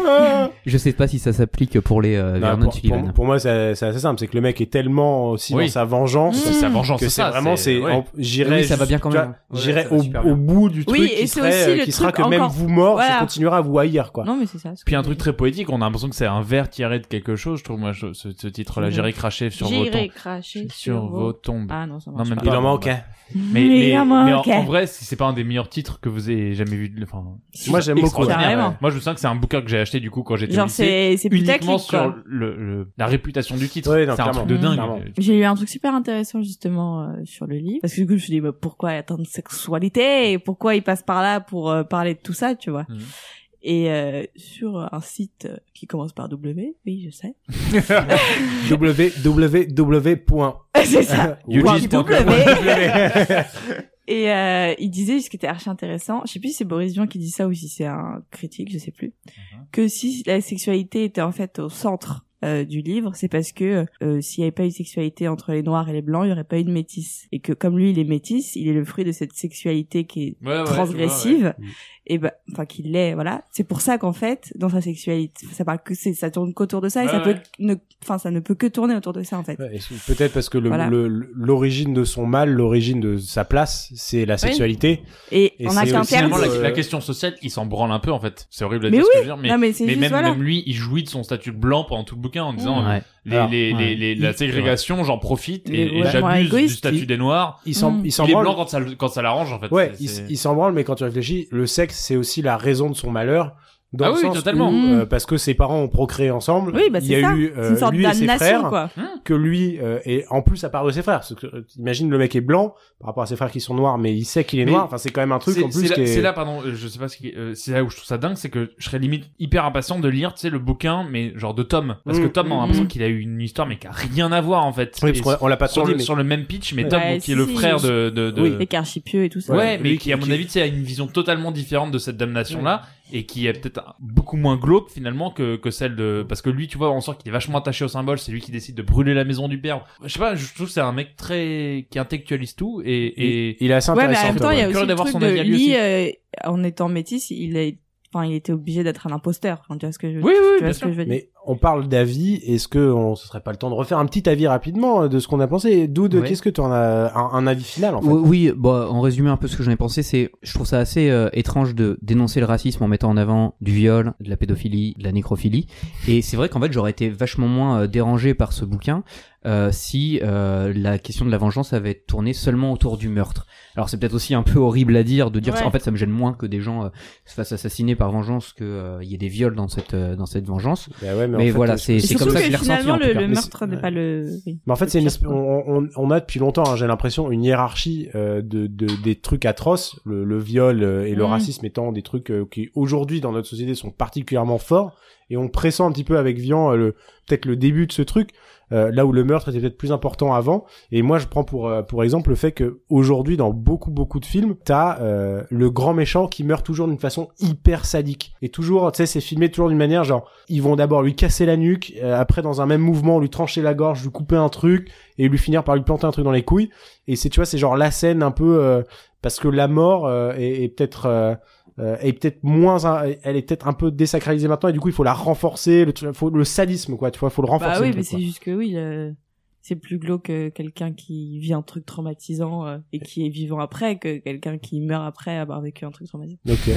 Ah. je sais pas si ça s'applique pour les euh, Non, Vernon pour, Sullivan. pour- pour moi, c'est c'est assez simple. C'est que le mec est tellement aussi Oui. Mmh. dans sa vengeance C'est sa vengeance, que c'est ça, vraiment, c'est, ouais. en- j'irai, Oui, ça va jus- bien quand tu même. vois, Ouais, j'irai ça va au, super au bout du truc Oui, qui, et c'est serait, aussi euh, le qui sera que truc même encore- vous mort, Voilà. ça continuera à vous haïr, quoi. Ah. Non mais c'est ça. c'est- Puis un truc très poétique, on a l'impression que c'est un verre tiré de quelque chose, je trouve, moi, je- ce, ce titre-là, J'irai- J'irai cracher sur vos J'irai tombes. cracher Sur vos tombes. Ah non, ça Non, marche même pas. pas. Il en manque, hein. Mais, mais- il en mais en, manque. en vrai, si c'est pas un des meilleurs titres que vous ayez jamais vu. de- Enfin, Moi, j'aime beaucoup. extraordinaire. Carrément. Moi, je me sens que c'est un bouquin que j'ai acheté du coup quand j'étais au Genre lycée. c'est c'est Uniquement putaclic sur quoi. le, le- la réputation du titre. Ouais, non, c'est un clairement. truc de dingue. Clairement. J'ai lu un truc super intéressant justement euh, sur le livre parce que du coup je me suis dit bah, pourquoi attendre sexualité et pourquoi il passe par là pour euh, parler de tout ça tu vois. Mhm. Et euh, sur un site euh, qui commence par W, oui je sais. www. c'est ça. Eugene. W. Et euh, il disait ce qui était archi intéressant, je sais plus si c'est Boris Vian qui dit ça ou si c'est un critique, je sais plus, Mhm. que si la sexualité était en fait au centre euh, du livre, c'est parce que euh, s'il n'y avait pas eu de sexualité entre les noirs et les blancs, il n'y aurait pas eu de métis. Et que comme lui, il est métis, il est le fruit de cette sexualité qui est Ah Ouais, ouais, transgressive. ouais, Mm. ouais. et ben enfin qu'il l'est voilà c'est pour ça qu'en fait dans sa sexualité ça parle que c'est ça tourne qu'autour de ça et Ouais, ça ouais. peut ne enfin ça ne peut que tourner autour de ça en fait Ouais, et c'est Peut-être parce que le- Voilà. le- l'origine de son mal, l'origine de sa place, c'est la sexualité. et, Et en c'est interne aussi un Finalement, la, Euh, la question sociale, il s'en branle un peu en fait. C'est horrible à Mais dire ce oui, que je veux dire, mais, non mais c'est mais juste même, voilà Mm. même lui, il jouit de son statut de blanc pendant tout le bouquin en disant euh, Ouais. les, Alors, les, ouais. les, les- la ségrégation, j'en profite et, Les- et ouais, moins j'abuse du égoïste, statut il- des noirs. Il s'en Mm. il s'en Il est branle. blanc quand ça, le- quand ça l'arrange en fait. Ouais, C'est- il, c'est- il s'en branle, mais quand tu réfléchis, le sexe, c'est aussi la raison de son malheur. Dans Ah le oui, sens totalement. où, Mm. euh, parce que ses parents ont procréé ensemble. oui bah il y c'est a ça eu euh, c'est une sorte lui et ses frères. d'annation quoi que lui euh, est en plus à part de ses frères. Parce que, euh, imagine le mec est blanc par rapport à ses frères qui sont noirs, mais il sait qu'il est Mais noir. Enfin, c'est quand même un truc C'est- en plus c'est là, qui est- c'est là, pardon, euh, je sais pas ce qui, euh, c'est là où je trouve ça dingue, c'est que je serais limite hyper impatient de lire, tu sais, le bouquin, mais genre de Tom, parce que Mm. Tom, on a Mm. l'impression qu'il a eu une histoire, mais qui a rien à voir en fait. Oui, Et parce qu'on- on l'a pas sur, trop dit, le, mais sur le même pitch, mais Tom, Ouais, donc, qui est le si, frère je- de, de, de- Oui. les carchipieux et tout ça Ouais, Ouais, mais lui qui, à qui- mon qui- avis, tu sais, a une vision totalement différente de cette damnation-là, et qui est peut-être un- beaucoup moins glauque, finalement, que, que celle de... Parce que lui, tu vois, on sent qu'il est vachement attaché au symbole, c'est lui qui décide de brûler la maison du père. Je sais pas, je trouve que c'est un mec très... qui intellectualise tout, et... et... il est assez ouais mais en intéressant. même temps Tom, il y a ouais. Curieux aussi le d'avoir truc son de avis à lui lui aussi. euh, en étant métis il est enfin il était obligé d'être un imposteur Enfin, tu vois ce que je Oui, oui, tu vois bien ce que sûr. je veux dire Mais on parle d'avis. Est-ce que on ce serait pas le temps de refaire un petit avis rapidement euh, de ce qu'on a pensé Doud, Ouais. qu'est-ce que tu en as un, un avis final en fait Oui, oui, bah, en résumé un peu ce que j'en ai pensé, c'est je trouve ça assez euh, étrange de dénoncer le racisme en mettant en avant du viol, de la pédophilie, de la nécrophilie. Et c'est vrai qu'en fait j'aurais été vachement moins euh, dérangé par ce bouquin euh, si euh, la question de la vengeance avait tourné seulement autour du meurtre. Alors c'est peut-être aussi un peu horrible à dire de dire ça. Ouais. En fait ça me gêne moins que des gens euh, se fassent assassiner par vengeance que euh, il y ait des viols dans cette euh, dans cette vengeance. Bah ouais, Mais, en fait, voilà, euh, c'est Et c'est surtout comme ça que je que l'ai ressenti. en finalement tout le, cas. le Mais meurtre c'est- n'est pas le oui, Mais en fait, le c'est une pire, espèce- quoi. on, on, on a depuis longtemps, hein, j'ai l'impression, une hiérarchie euh, de, de des trucs atroces, le, le viol euh, et le Mm. racisme étant des trucs euh, qui aujourd'hui dans notre société sont particulièrement forts, et on pressent un petit peu avec Vian euh, le peut-être le début de ce truc, euh, là où le meurtre était peut-être plus important avant. Et moi, je prends pour euh, pour exemple le fait que aujourd'hui, dans beaucoup beaucoup de films, t'as euh, le grand méchant qui meurt toujours d'une façon hyper sadique, et toujours, tu sais, c'est filmé toujours d'une manière genre ils vont d'abord lui casser la nuque, euh, après dans un même mouvement lui trancher la gorge, lui couper un truc et lui finir par lui planter un truc dans les couilles. Et c'est tu vois c'est genre la scène un peu euh, parce que la mort euh, est, est peut-être euh, euh, est peut-être moins un- elle est peut-être un peu désacralisée maintenant et du coup il faut la renforcer le tu- faut le sadisme quoi tu vois faut le renforcer. le Bah oui, truc, mais quoi. c'est juste que oui, le- c'est plus glauque que quelqu'un qui vit un truc traumatisant euh, et qui est vivant après que quelqu'un qui meurt après avoir vécu un truc traumatisant. Ok.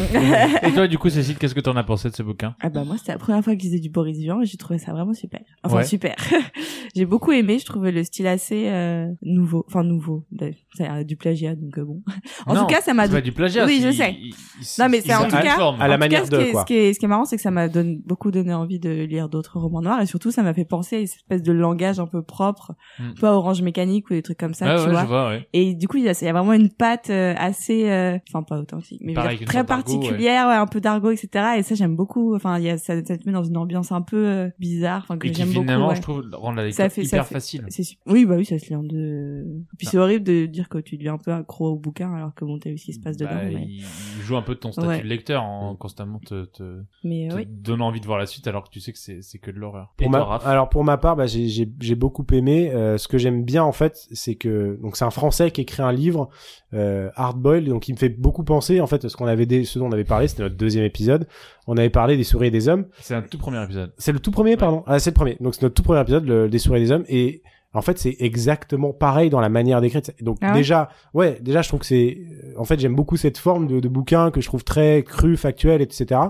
Et toi, du coup, Cécile, qu'est-ce que t'en as pensé de ce bouquin Ah bah moi, c'était la première fois que je lisais du Boris Vian et j'ai trouvé ça vraiment super. Enfin Ouais. super. j'ai beaucoup aimé, je trouvais le style assez euh, nouveau, enfin nouveau, de- c'est euh, du plagiat donc euh, bon. En Non, tout cas, ça m'a C'est pas du plagiat. Oui, je c'est- sais. il- il- Non, mais il c'est en tout cas- Ah, s'informe. à la En tout manière cas, ce de, qui est- quoi. Ce qui est, ce qui est marrant, c'est que ça m'a donné beaucoup donné envie de lire d'autres romans noirs et surtout ça m'a fait penser à cette espèce de langage un peu propre, Mm. pas Orange Mécanique ou des trucs comme ça, Ouais, tu ouais, vois. je vois, ouais. Et du coup, il y a, il y a vraiment une patte euh, assez, euh, enfin pas authentique, mais je veux Pareil dire, qu'une très sorte d'argot, particulière, ouais, un peu d'argot, etc. Et ça, j'aime beaucoup. Enfin, il y a, ça, ça te met dans une ambiance un peu euh, bizarre, enfin que Et qui j'aime beaucoup. finalement, ouais. je trouve, rend la lecture Ça fait- ça hyper fait- facile. C'est su- Oui, bah oui, ça se lit en deux. euh. Ah. Puis c'est horrible de dire que tu deviens un peu accro au bouquin alors que bon, t'as vu ce qui se passe dedans. Bah, mais il il joue un peu de ton statut Ouais. de lecteur en constamment te, te, mais, te euh, oui. donnant envie de voir la suite alors que tu sais que c'est c'est que de l'horreur. Et Pour toi, ma- Raph alors pour ma part, bah, j'ai j'ai- j'ai beaucoup aimé. Euh, ce que j'aime bien en fait, c'est que donc c'est un Français qui écrit un livre euh, Hardboiled, donc il me fait beaucoup penser en fait à ce qu'on avait dé- ce dont on avait parlé. C'était notre deuxième épisode. On avait parlé des souris et des hommes. c'est un tout premier épisode. C'est le tout premier, pardon. Ah, c'est le premier. Donc c'est notre tout premier épisode le- des souris et des hommes. Et en fait, c'est exactement pareil dans la manière d'écrire. Donc Ah ouais déjà, ouais, déjà, je trouve que c'est. euh, En fait, j'aime beaucoup cette forme de, de bouquin que je trouve très cru, factuel, etc.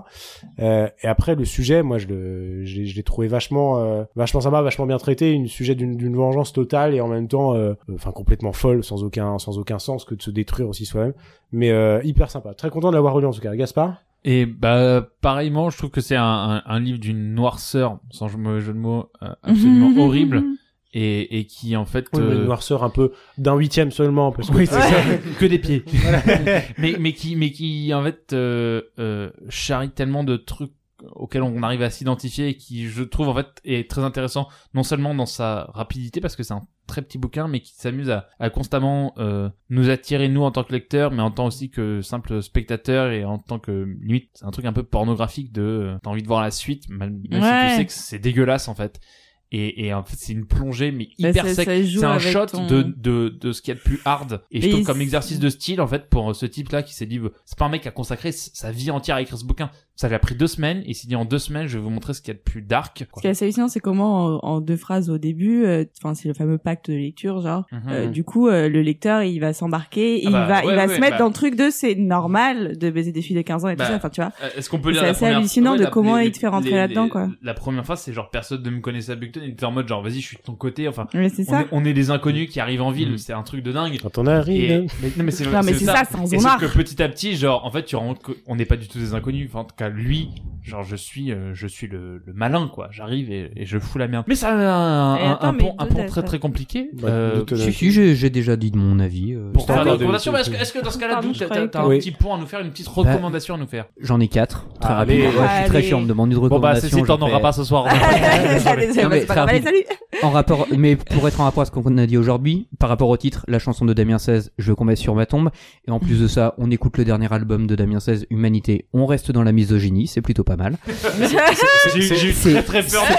Euh, et après, le sujet, moi, je le, je l'ai- je l'ai trouvé vachement, euh, vachement sympa, vachement bien traité. Une sujet d'une d'une vengeance totale et en même temps, euh, euh, enfin, complètement folle, sans aucun, sans aucun sens que de se détruire aussi soi-même. Mais euh, hyper sympa. Très content de l'avoir relu en tout cas. Gaspard. Et bah pareillement, je trouve que c'est un, un, un livre d'une noirceur, sans mauvais jeu de mots, euh, absolument horrible et, et qui en fait Oui, mais euh, une noirceur un peu d'un huitième seulement. Parce que... Oui, c'est ça. que des pieds. mais mais qui mais qui en fait euh, euh, charrie tellement de trucs auxquels on arrive à s'identifier et qui je trouve en fait est très intéressant non seulement dans sa rapidité parce que c'est un très petit bouquin mais qui s'amuse à, à constamment euh, nous attirer nous en tant que lecteur mais en tant aussi que simple spectateur et en tant que limite c'est un truc un peu pornographique de euh, t'as envie de voir la suite même, même si Ouais. tu sais que c'est dégueulasse en fait Et, et en fait, c'est une plongée, mais Bah, hyper ça- sec. ça joue C'est un avec shot ton- de, de, de ce qu'il y a de plus hard. Et je Mais trouve il- comme exercice de style, en fait, pour ce type-là qui s'est dit, c'est pas un mec qui a consacré sa vie entière à écrire ce bouquin. Ça lui a pris deux semaines, et il s'est dit, en deux semaines, je vais vous montrer ce qu'il y a de plus dark. Ce quoi. qui est assez hallucinant, c'est comment, en, en deux phrases au début, euh, enfin, c'est le fameux pacte de lecture, genre, Mhm. euh, du coup, euh, le lecteur, il va s'embarquer, et Ah bah, il va, il ouais, va ouais, se mettre bah. dans le truc de c'est normal de baiser des filles de 15 ans et Bah, tout ça, enfin, tu vois. Euh, Est-ce qu'on peut lire C'est la assez première- hallucinant de la- comment les- il te fait rentrer les- là-dedans, les- quoi. La première fois, c'est genre personne ne me connaissait à Bugton, il était en mode genre vas-y, je suis de ton côté. Enfin, Mais c'est on ça. est, on est des inconnus qui arrivent en ville, Mm. c'est un truc de dingue. Quand on arrive, Et, hein. mais, non, mais c'est Non, mais c'est ça, c'est un Et sauf zonard. que petit à petit, genre en fait, tu rends on n'est pas du tout des inconnus. Enfin, en tout cas, lui, genre je suis, euh, je suis le, le malin quoi. J'arrive et, et je fous la merde. Mais ça a un, Et un- attends, un mais pont, un d'où pont t'as- très très compliqué. Bah, euh, de te- Si, si, j'ai j'ai déjà dit de mon avis. euh, pour c'est- faire des Pardon, recommandations, de- mais est-ce que, est-ce que dans ce cas-là, Pardon, d'où je t'as croyais t'as un que- petit point à nous faire, une petite recommandation à nous faire J'en ai quatre, très Ah, rapidement. allez. Ouais, je suis très Allez. chiant, on me demande une Bon bah, recommandation. ceci, t'en j'en fais- auras pas ce soir. Allez, c'est Non, mais pas grave. très Allez, salut. En rapport, mais pour être en rapport à ce qu'on a dit aujourd'hui, par rapport au titre, la chanson de Damien 16, Je veux qu'on mette sur ma tombe. Et en plus de ça, on écoute le dernier album de Damien 16, Humanité. On reste dans la misogynie, c'est plutôt pas Oh, mal. J'ai eu- j'ai eu c'est- très très peur de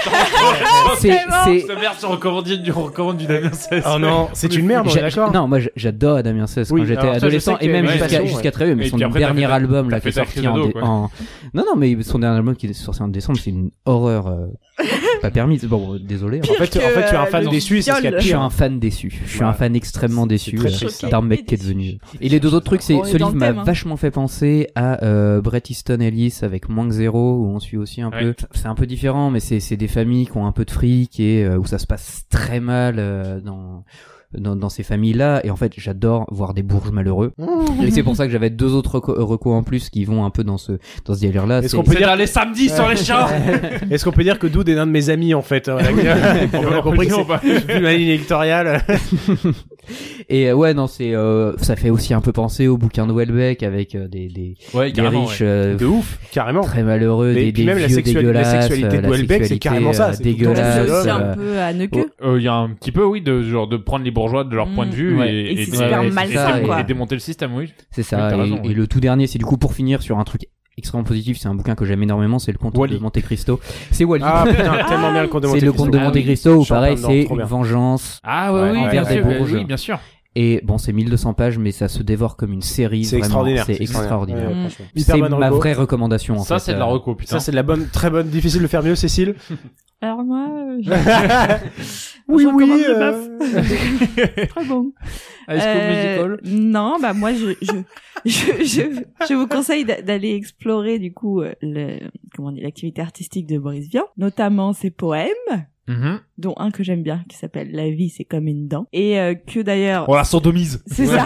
te C'est, c'est, Cette merde, on recommande du, du- on recommande du Damien 16. Oh non, c'est une merde, on est j'a- d'accord Non, moi j'a- j'adore Damien 16 Oui, quand j'étais alors ça, je adolescent sais que et même ouais, jusqu'à ouais. jusqu'à très vieux, mais Et son puis après, t'as dernier fait ta- album là t'as qui est fait ta sorti crise en, d'ado, dé- quoi. en- Non non, mais son dernier album qui est sorti en décembre, c'est une horreur euh, pas permise. Bon, euh, désolé. En fait, tu- en fait, tu es un fan des Suisses, c'est ce qu'il y a de Je suis pire. un fan déçu. Je suis Voilà. un fan extrêmement déçu très euh, triste, d'un ça. mec qui est devenu. Et les deux autres trucs, c'est On est ce dans livre le m'a thème, hein. vachement fait penser à euh, Bret Easton Ellis avec moins que zéro où on suit aussi un Ouais. peu. C'est un peu différent, mais c'est c'est des familles qui ont un peu de fric et euh, où ça se passe très mal euh, dans. Dans, dans ces familles-là, et en fait, j'adore voir des bourges malheureux. Et c'est pour ça que j'avais deux autres reco- recos en plus qui vont un peu dans ce dans ce délire-là. Est-ce C'est- qu'on peut C'est dire dans les samedis sur les champs hein. Est-ce qu'on peut dire que Doud est l'un de mes amis en fait hein, voilà. On a compris que Non, c'est bah, je suis plus ma ligne électorale. Et euh, ouais, non, c'est euh, ça fait aussi un peu penser au bouquin de Welbeck avec euh, des des, Ouais, des riches euh, De ouf, carrément. très malheureux, Mais des, puis des même la vieux sexuali- la dégueulasses, sexualité de euh, la Houellebecq, c'est sexualité, carrément ça, euh, c'est tout le temps dégueulasse. la C'est aussi euh, un peu à Il Neuqueux. Euh, y a un petit peu, oui, de, genre, de prendre les bourgeois de leur Mm. point de vue Ouais. et, Et c'est super malsain, dé- quoi. et démonter le système, oui. C'est Oui, ça. t'as et, raison, oui. et le tout dernier, c'est du coup pour finir sur un truc extrêmement positif. C'est un bouquin que j'aime énormément. C'est le conte Wall-E. de Monte Cristo. C'est Wally. Ah putain, tellement bien le compte de Monte c'est le conte de Cristo. Ah Monte oui. Cristo où Chantal pareil, Dorn, c'est trop une bien. venvers Ah, ouais, Ouais, oui, envers bien des sûr, bourges. oui, bien sûr. Et bon, c'est 1200 pages, mais ça se dévore comme une série. C'est vraiment. extraordinaire. C'est extraordinaire. Ouais, Mm. franchement. Hyper C'est bonne ma reco. vraie recommandation. en Ça, fait, c'est de la euh, reco, putain. Ça c'est de la bonne, très bonne, difficile de le faire mieux, Cécile. Alors moi, euh, je- oui, Je recommande oui. le euh, très bon. High School Euh, Musical. Non, bah moi je je je, je, je vous conseille d'a- d'aller explorer du coup euh, le comment on dit l'activité artistique de Boris Vian, notamment ses poèmes Mhm. dont un que j'aime bien qui s'appelle La vie c'est comme une dent et euh, que d'ailleurs On Oh, la sodomise. c'est ça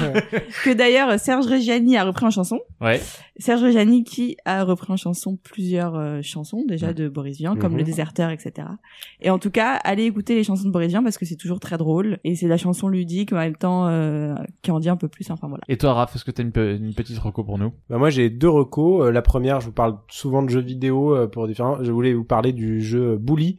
que d'ailleurs Serge Reggiani a repris en chanson. Ouais. Serge Reggiani qui a repris en chanson plusieurs euh, chansons déjà de Boris Vian, comme Mhm. Le Déserteur, etc. Et en tout cas, allez écouter les chansons de Boris Vian parce que c'est toujours très drôle et c'est de la chanson ludique mais en même temps euh, qui en dit un peu plus. Enfin voilà. Et toi, Raph, est-ce que t'as une, pe- une petite reco pour nous Bah, moi j'ai deux recos. Euh, La première, je vous parle souvent de jeux vidéo euh, pour différents. Je voulais vous parler du jeu Bully,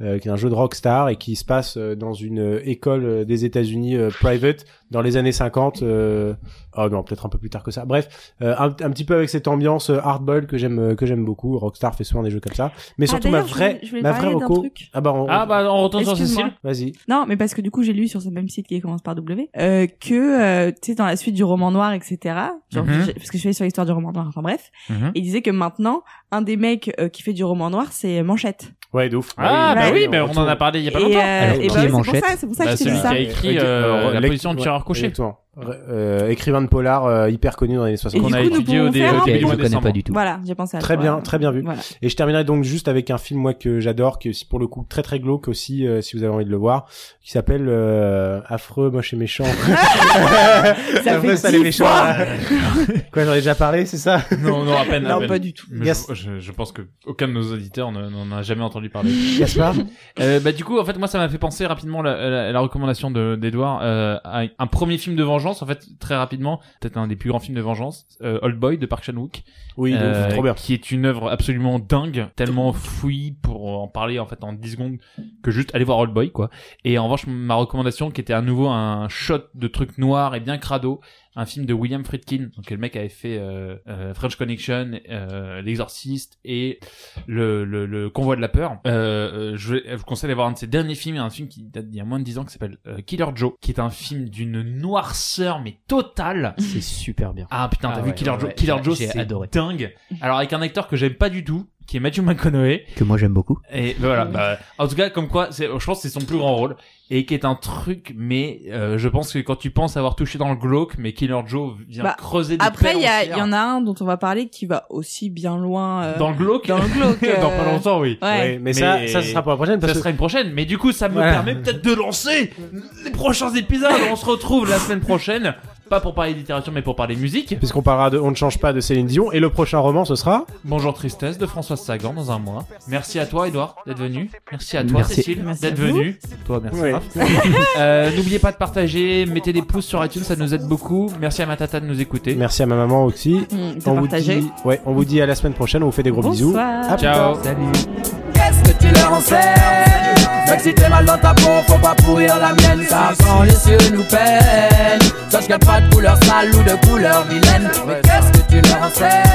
euh, qui est un jeu de Rockstar et qui se passe euh, dans une euh, école euh, des États-Unis euh, private dans les années 50. euh, Oh non, peut-être un peu plus tard que ça. Bref, euh, un, un petit peu avec cette ambiance euh, hardball que j'aime que j'aime beaucoup. Rockstar fait souvent des jeux comme ça. Mais Ah, surtout ma d'ailleurs, je vraie voulais- je voulais ma vraie parler d'un reco. truc. Ah bah, on- Ah, bah, on retourne sur Excuse-moi. Cécile. vas-y. Non, mais parce que du coup, j'ai lu sur ce même site qui commence par W euh, que euh, tu sais dans la suite du roman noir, etc. Genre, Mhm. j'ai- parce que je suis allée sur l'histoire du roman noir. Enfin bref, Mhm. et il disait que maintenant, un des mecs euh, qui fait du roman noir, c'est Manchette. Ouais, de ouf. Ah, bah oui, mais on en retourne. a parlé il y a pas et longtemps. euh, Alors, et qui bah est ouais, c'est pour Manchette ça, c'est pour ça Bah, que je t'ai celui dit ça. qui a écrit euh, Alors, La lec- position de ouais, tireur couché. exactement. Re- euh, écrivain de polar euh, hyper connu dans les années 60. Et Qu'on du a coup, nous étudié au pouvons dé- faire au un Ok, début je de le connais décembre. pas du tout. Voilà, j'ai pensé à Très toi. bien, très bien vu. Voilà. Et je terminerai donc juste avec un film moi que j'adore, qui est aussi pour le coup très très glauque aussi, euh, si vous avez envie de le voir, qui s'appelle euh, Affreux, moche et méchant. Ça Affreux, fait sale et dix méchant, fois. là. Quoi, j'en ai déjà parlé, c'est ça Non, non, à peine. à Non, peine. pas du tout. Mais Yes. je, je- je pense que aucun de nos auditeurs ne- n'en a jamais entendu parler. Gaspard Euh, bah du coup, en fait, moi, ça m'a fait penser rapidement la, la, la recommandation de- d'Edouard euh, à un premier film de vengeance vengeance, en fait, très rapidement, peut-être un des plus grands films de vengeance, euh, Old Boy de Park Chan Wook, Oui, donc, euh, trop bien. qui est une œuvre absolument dingue, tellement fouillie pour en parler en fait en 10 secondes que juste aller voir Old Boy quoi. Et en revanche, ma recommandation qui était à nouveau un shot de truc noir et bien crado, un film de William Friedkin, donc le mec avait fait euh, euh, French Connection, euh, L'Exorciste et le, le, le Convoi de la peur. Euh, euh, je, vais- je vous conseille d'aller voir un de ses derniers films, un film qui date d'il y a moins de 10 ans qui s'appelle euh, Killer Joe, qui est un film d'une noirceur mais totale. C'est super bien. Ah putain, t'as Ah vu ouais, Killer ouais, Joe ouais, Killer j'ai- Joe, j'ai c'est adoré. dingue. Alors avec un acteur que j'aime pas du tout, qui est Matthew McConaughey. Que moi j'aime beaucoup. Et voilà. bah, en tout cas, comme quoi, c'est, je pense que c'est son plus grand rôle et qui est un truc. Mais euh, je pense que quand tu penses avoir touché dans le glauque, mais Killer Joe vient Bah, creuser des Après, il y, a- pères il y en a un dont on va parler qui va aussi bien loin. euh, dans le glauque. dans le glauque, dans pas euh, longtemps, oui. Ouais. Ouais, mais ça, Mais- ça, ce sera pour la prochaine. Parce Ça que- sera une prochaine, mais du coup, ça me Voilà. permet peut-être de lancer les prochains épisodes. On se retrouve la semaine prochaine, pas pour parler littérature, mais pour parler musique. Puisqu'on parlera de On ne change pas de Céline Dion. Et le prochain roman, ce sera. Bonjour Tristesse de Françoise Sagan dans un mois. Merci à toi Edouard d'être venu. Merci à toi Merci. Cécile Merci d'être à vous. venu. Toi merci. Ouais. Raph. Euh, N'oubliez pas de partager, mettez des pouces sur iTunes, ça nous aide beaucoup. Merci à ma tata de nous écouter. Merci à ma maman aussi. Mm, de On vous, partager. dit, ouais, on vous dit à la semaine prochaine. On vous fait des gros bisous. Bonsoir. À plus tard. Ciao. Qu'est-ce que tu leur enseignes Mec, si t'es mal dans ta peau, faut pas pourrir la mienne. Ça quand les cieux nous peignent. Sache qu'il n'y a pas de couleur sale ou de couleur vilaine. Mais qu'est-ce que tu leur enseignes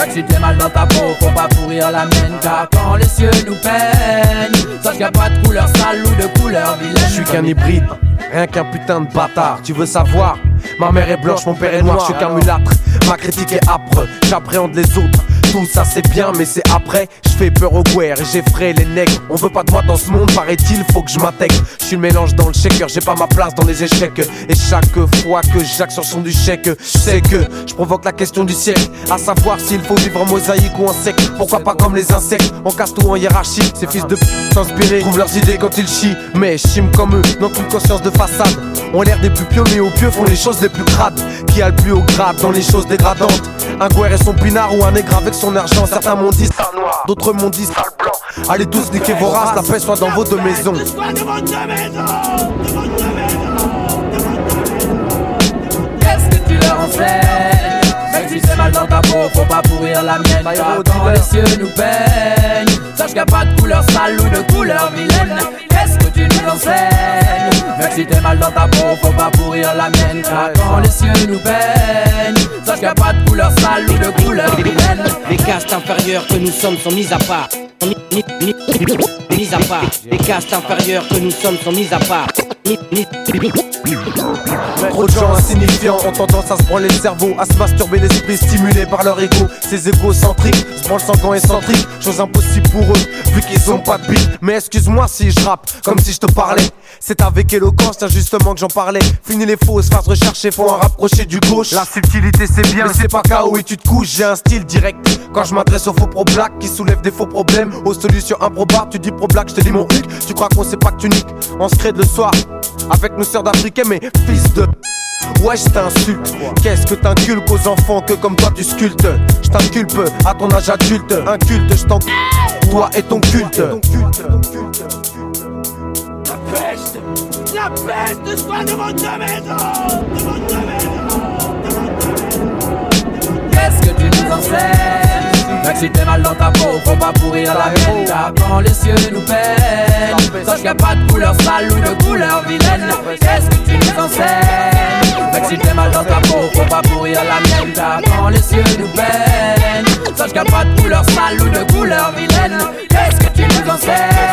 Mec, si t'es mal dans ta peau, faut pas pourrir la mienne. Car quand les cieux nous peignent, sache qu'il n'y a pas de couleur sale ou de couleur vilaine. Je suis qu'un hybride, rien qu'un putain de bâtard. Tu veux savoir Ma mère est blanche, mon père est noir, je suis qu'un mulâtre. Ma critique est âpre, j'appréhende les autres. Tout ça c'est bien, mais c'est après. Je fais peur aux guerres et j'effraie les nègres. On veut pas de moi dans ce monde, paraît-il, faut que je m'intègre. Je suis le mélange dans le shaker, j'ai pas ma place dans les échecs. Et chaque fois que Jacques sur son du chèque, je sais que je provoque la question du siècle. À savoir s'il faut vivre en mosaïque ou en sec. Pourquoi pas comme les insectes, on casse tout en hiérarchie. Ces fils de p s'inspirer, trouvent leurs idées quand ils chient. Mais chiment comme eux, n'ont qu'une conscience de façade. On l'air des plus pieux, mais aux pieux font les choses les plus crades. Qui a le plus haut grade dans les choses dégradantes Un guerre et son pinard ou un nègre avec son argent. Certains m'ont dit sale noir, d'autres m'ont dit sale blanc. Allez tous niquer vos races, la paix soit dans vos deux maisons. Qu'est-ce que tu leur enseignes Même si c'est mal dans ta peau, faut pas pourrir la mienne Car quand les cieux nous peignent Sache qu'il n'y a pas de couleur sale ou de couleur vilaine Qu'est-ce que tu nous enseignes Même si t'es mal dans ta peau, faut pas pourrir la mienne Car quand les cieux nous peignent Sache qu'il n'y a pas de couleur sale ou de couleur vilaine Les castes inférieures que nous sommes sont mises à part. Sont mi- mi- mi- mises à part. Les castes inférieures que nous sommes sont mises à part. Mi- mi- Trop de gens insignifiants ont tendance à se branler le cerveau, à se masturber l'esprit stimulé par leur ego. Ces égocentriques se branlent sans gants et centriques, chose impossible pour eux, vu qu'ils ont pas de bite. Mais excuse-moi si je rappe, comme si je te parlais. C'est avec éloquence, tiens justement que j'en parlais. Fini les fausses phases recherchées, faut en rapprocher du gauche. La subtilité c'est bien, mais c'est pas KO et tu te couches, j'ai un style direct. Quand je m'adresse aux faux pro black qui soulèvent des faux problèmes, aux solutions improbables, tu dis pro black, je te dis mon hic. Tu crois qu'on sait pas que tu niques, on se crée de le soir. Avec nos sœurs d'Africains, mais fils de. Ouais, je t'insulte. Qu'est-ce que t'inculques aux enfants que comme toi tu sculptes Je t'inculpe à ton âge adulte. Inculte, je t'en. Toi et ton culte. Qu'est-ce que tu nous enseignes Mec, si t'es mal dans ta peau, faut pas pourrir la mienne Car quand les cieux nous peignent Sache qu'il n'y a pas de couleur sale ou de couleur vilaine Qu'est-ce que tu nous enseignes Mec, si t'es mal dans ta peau, faut pas pourrir la mienne Car quand les cieux nous peignent Sache qu'il n'y a pas de couleur sale ou de couleur vilaine Qu'est-ce que tu nous enseignes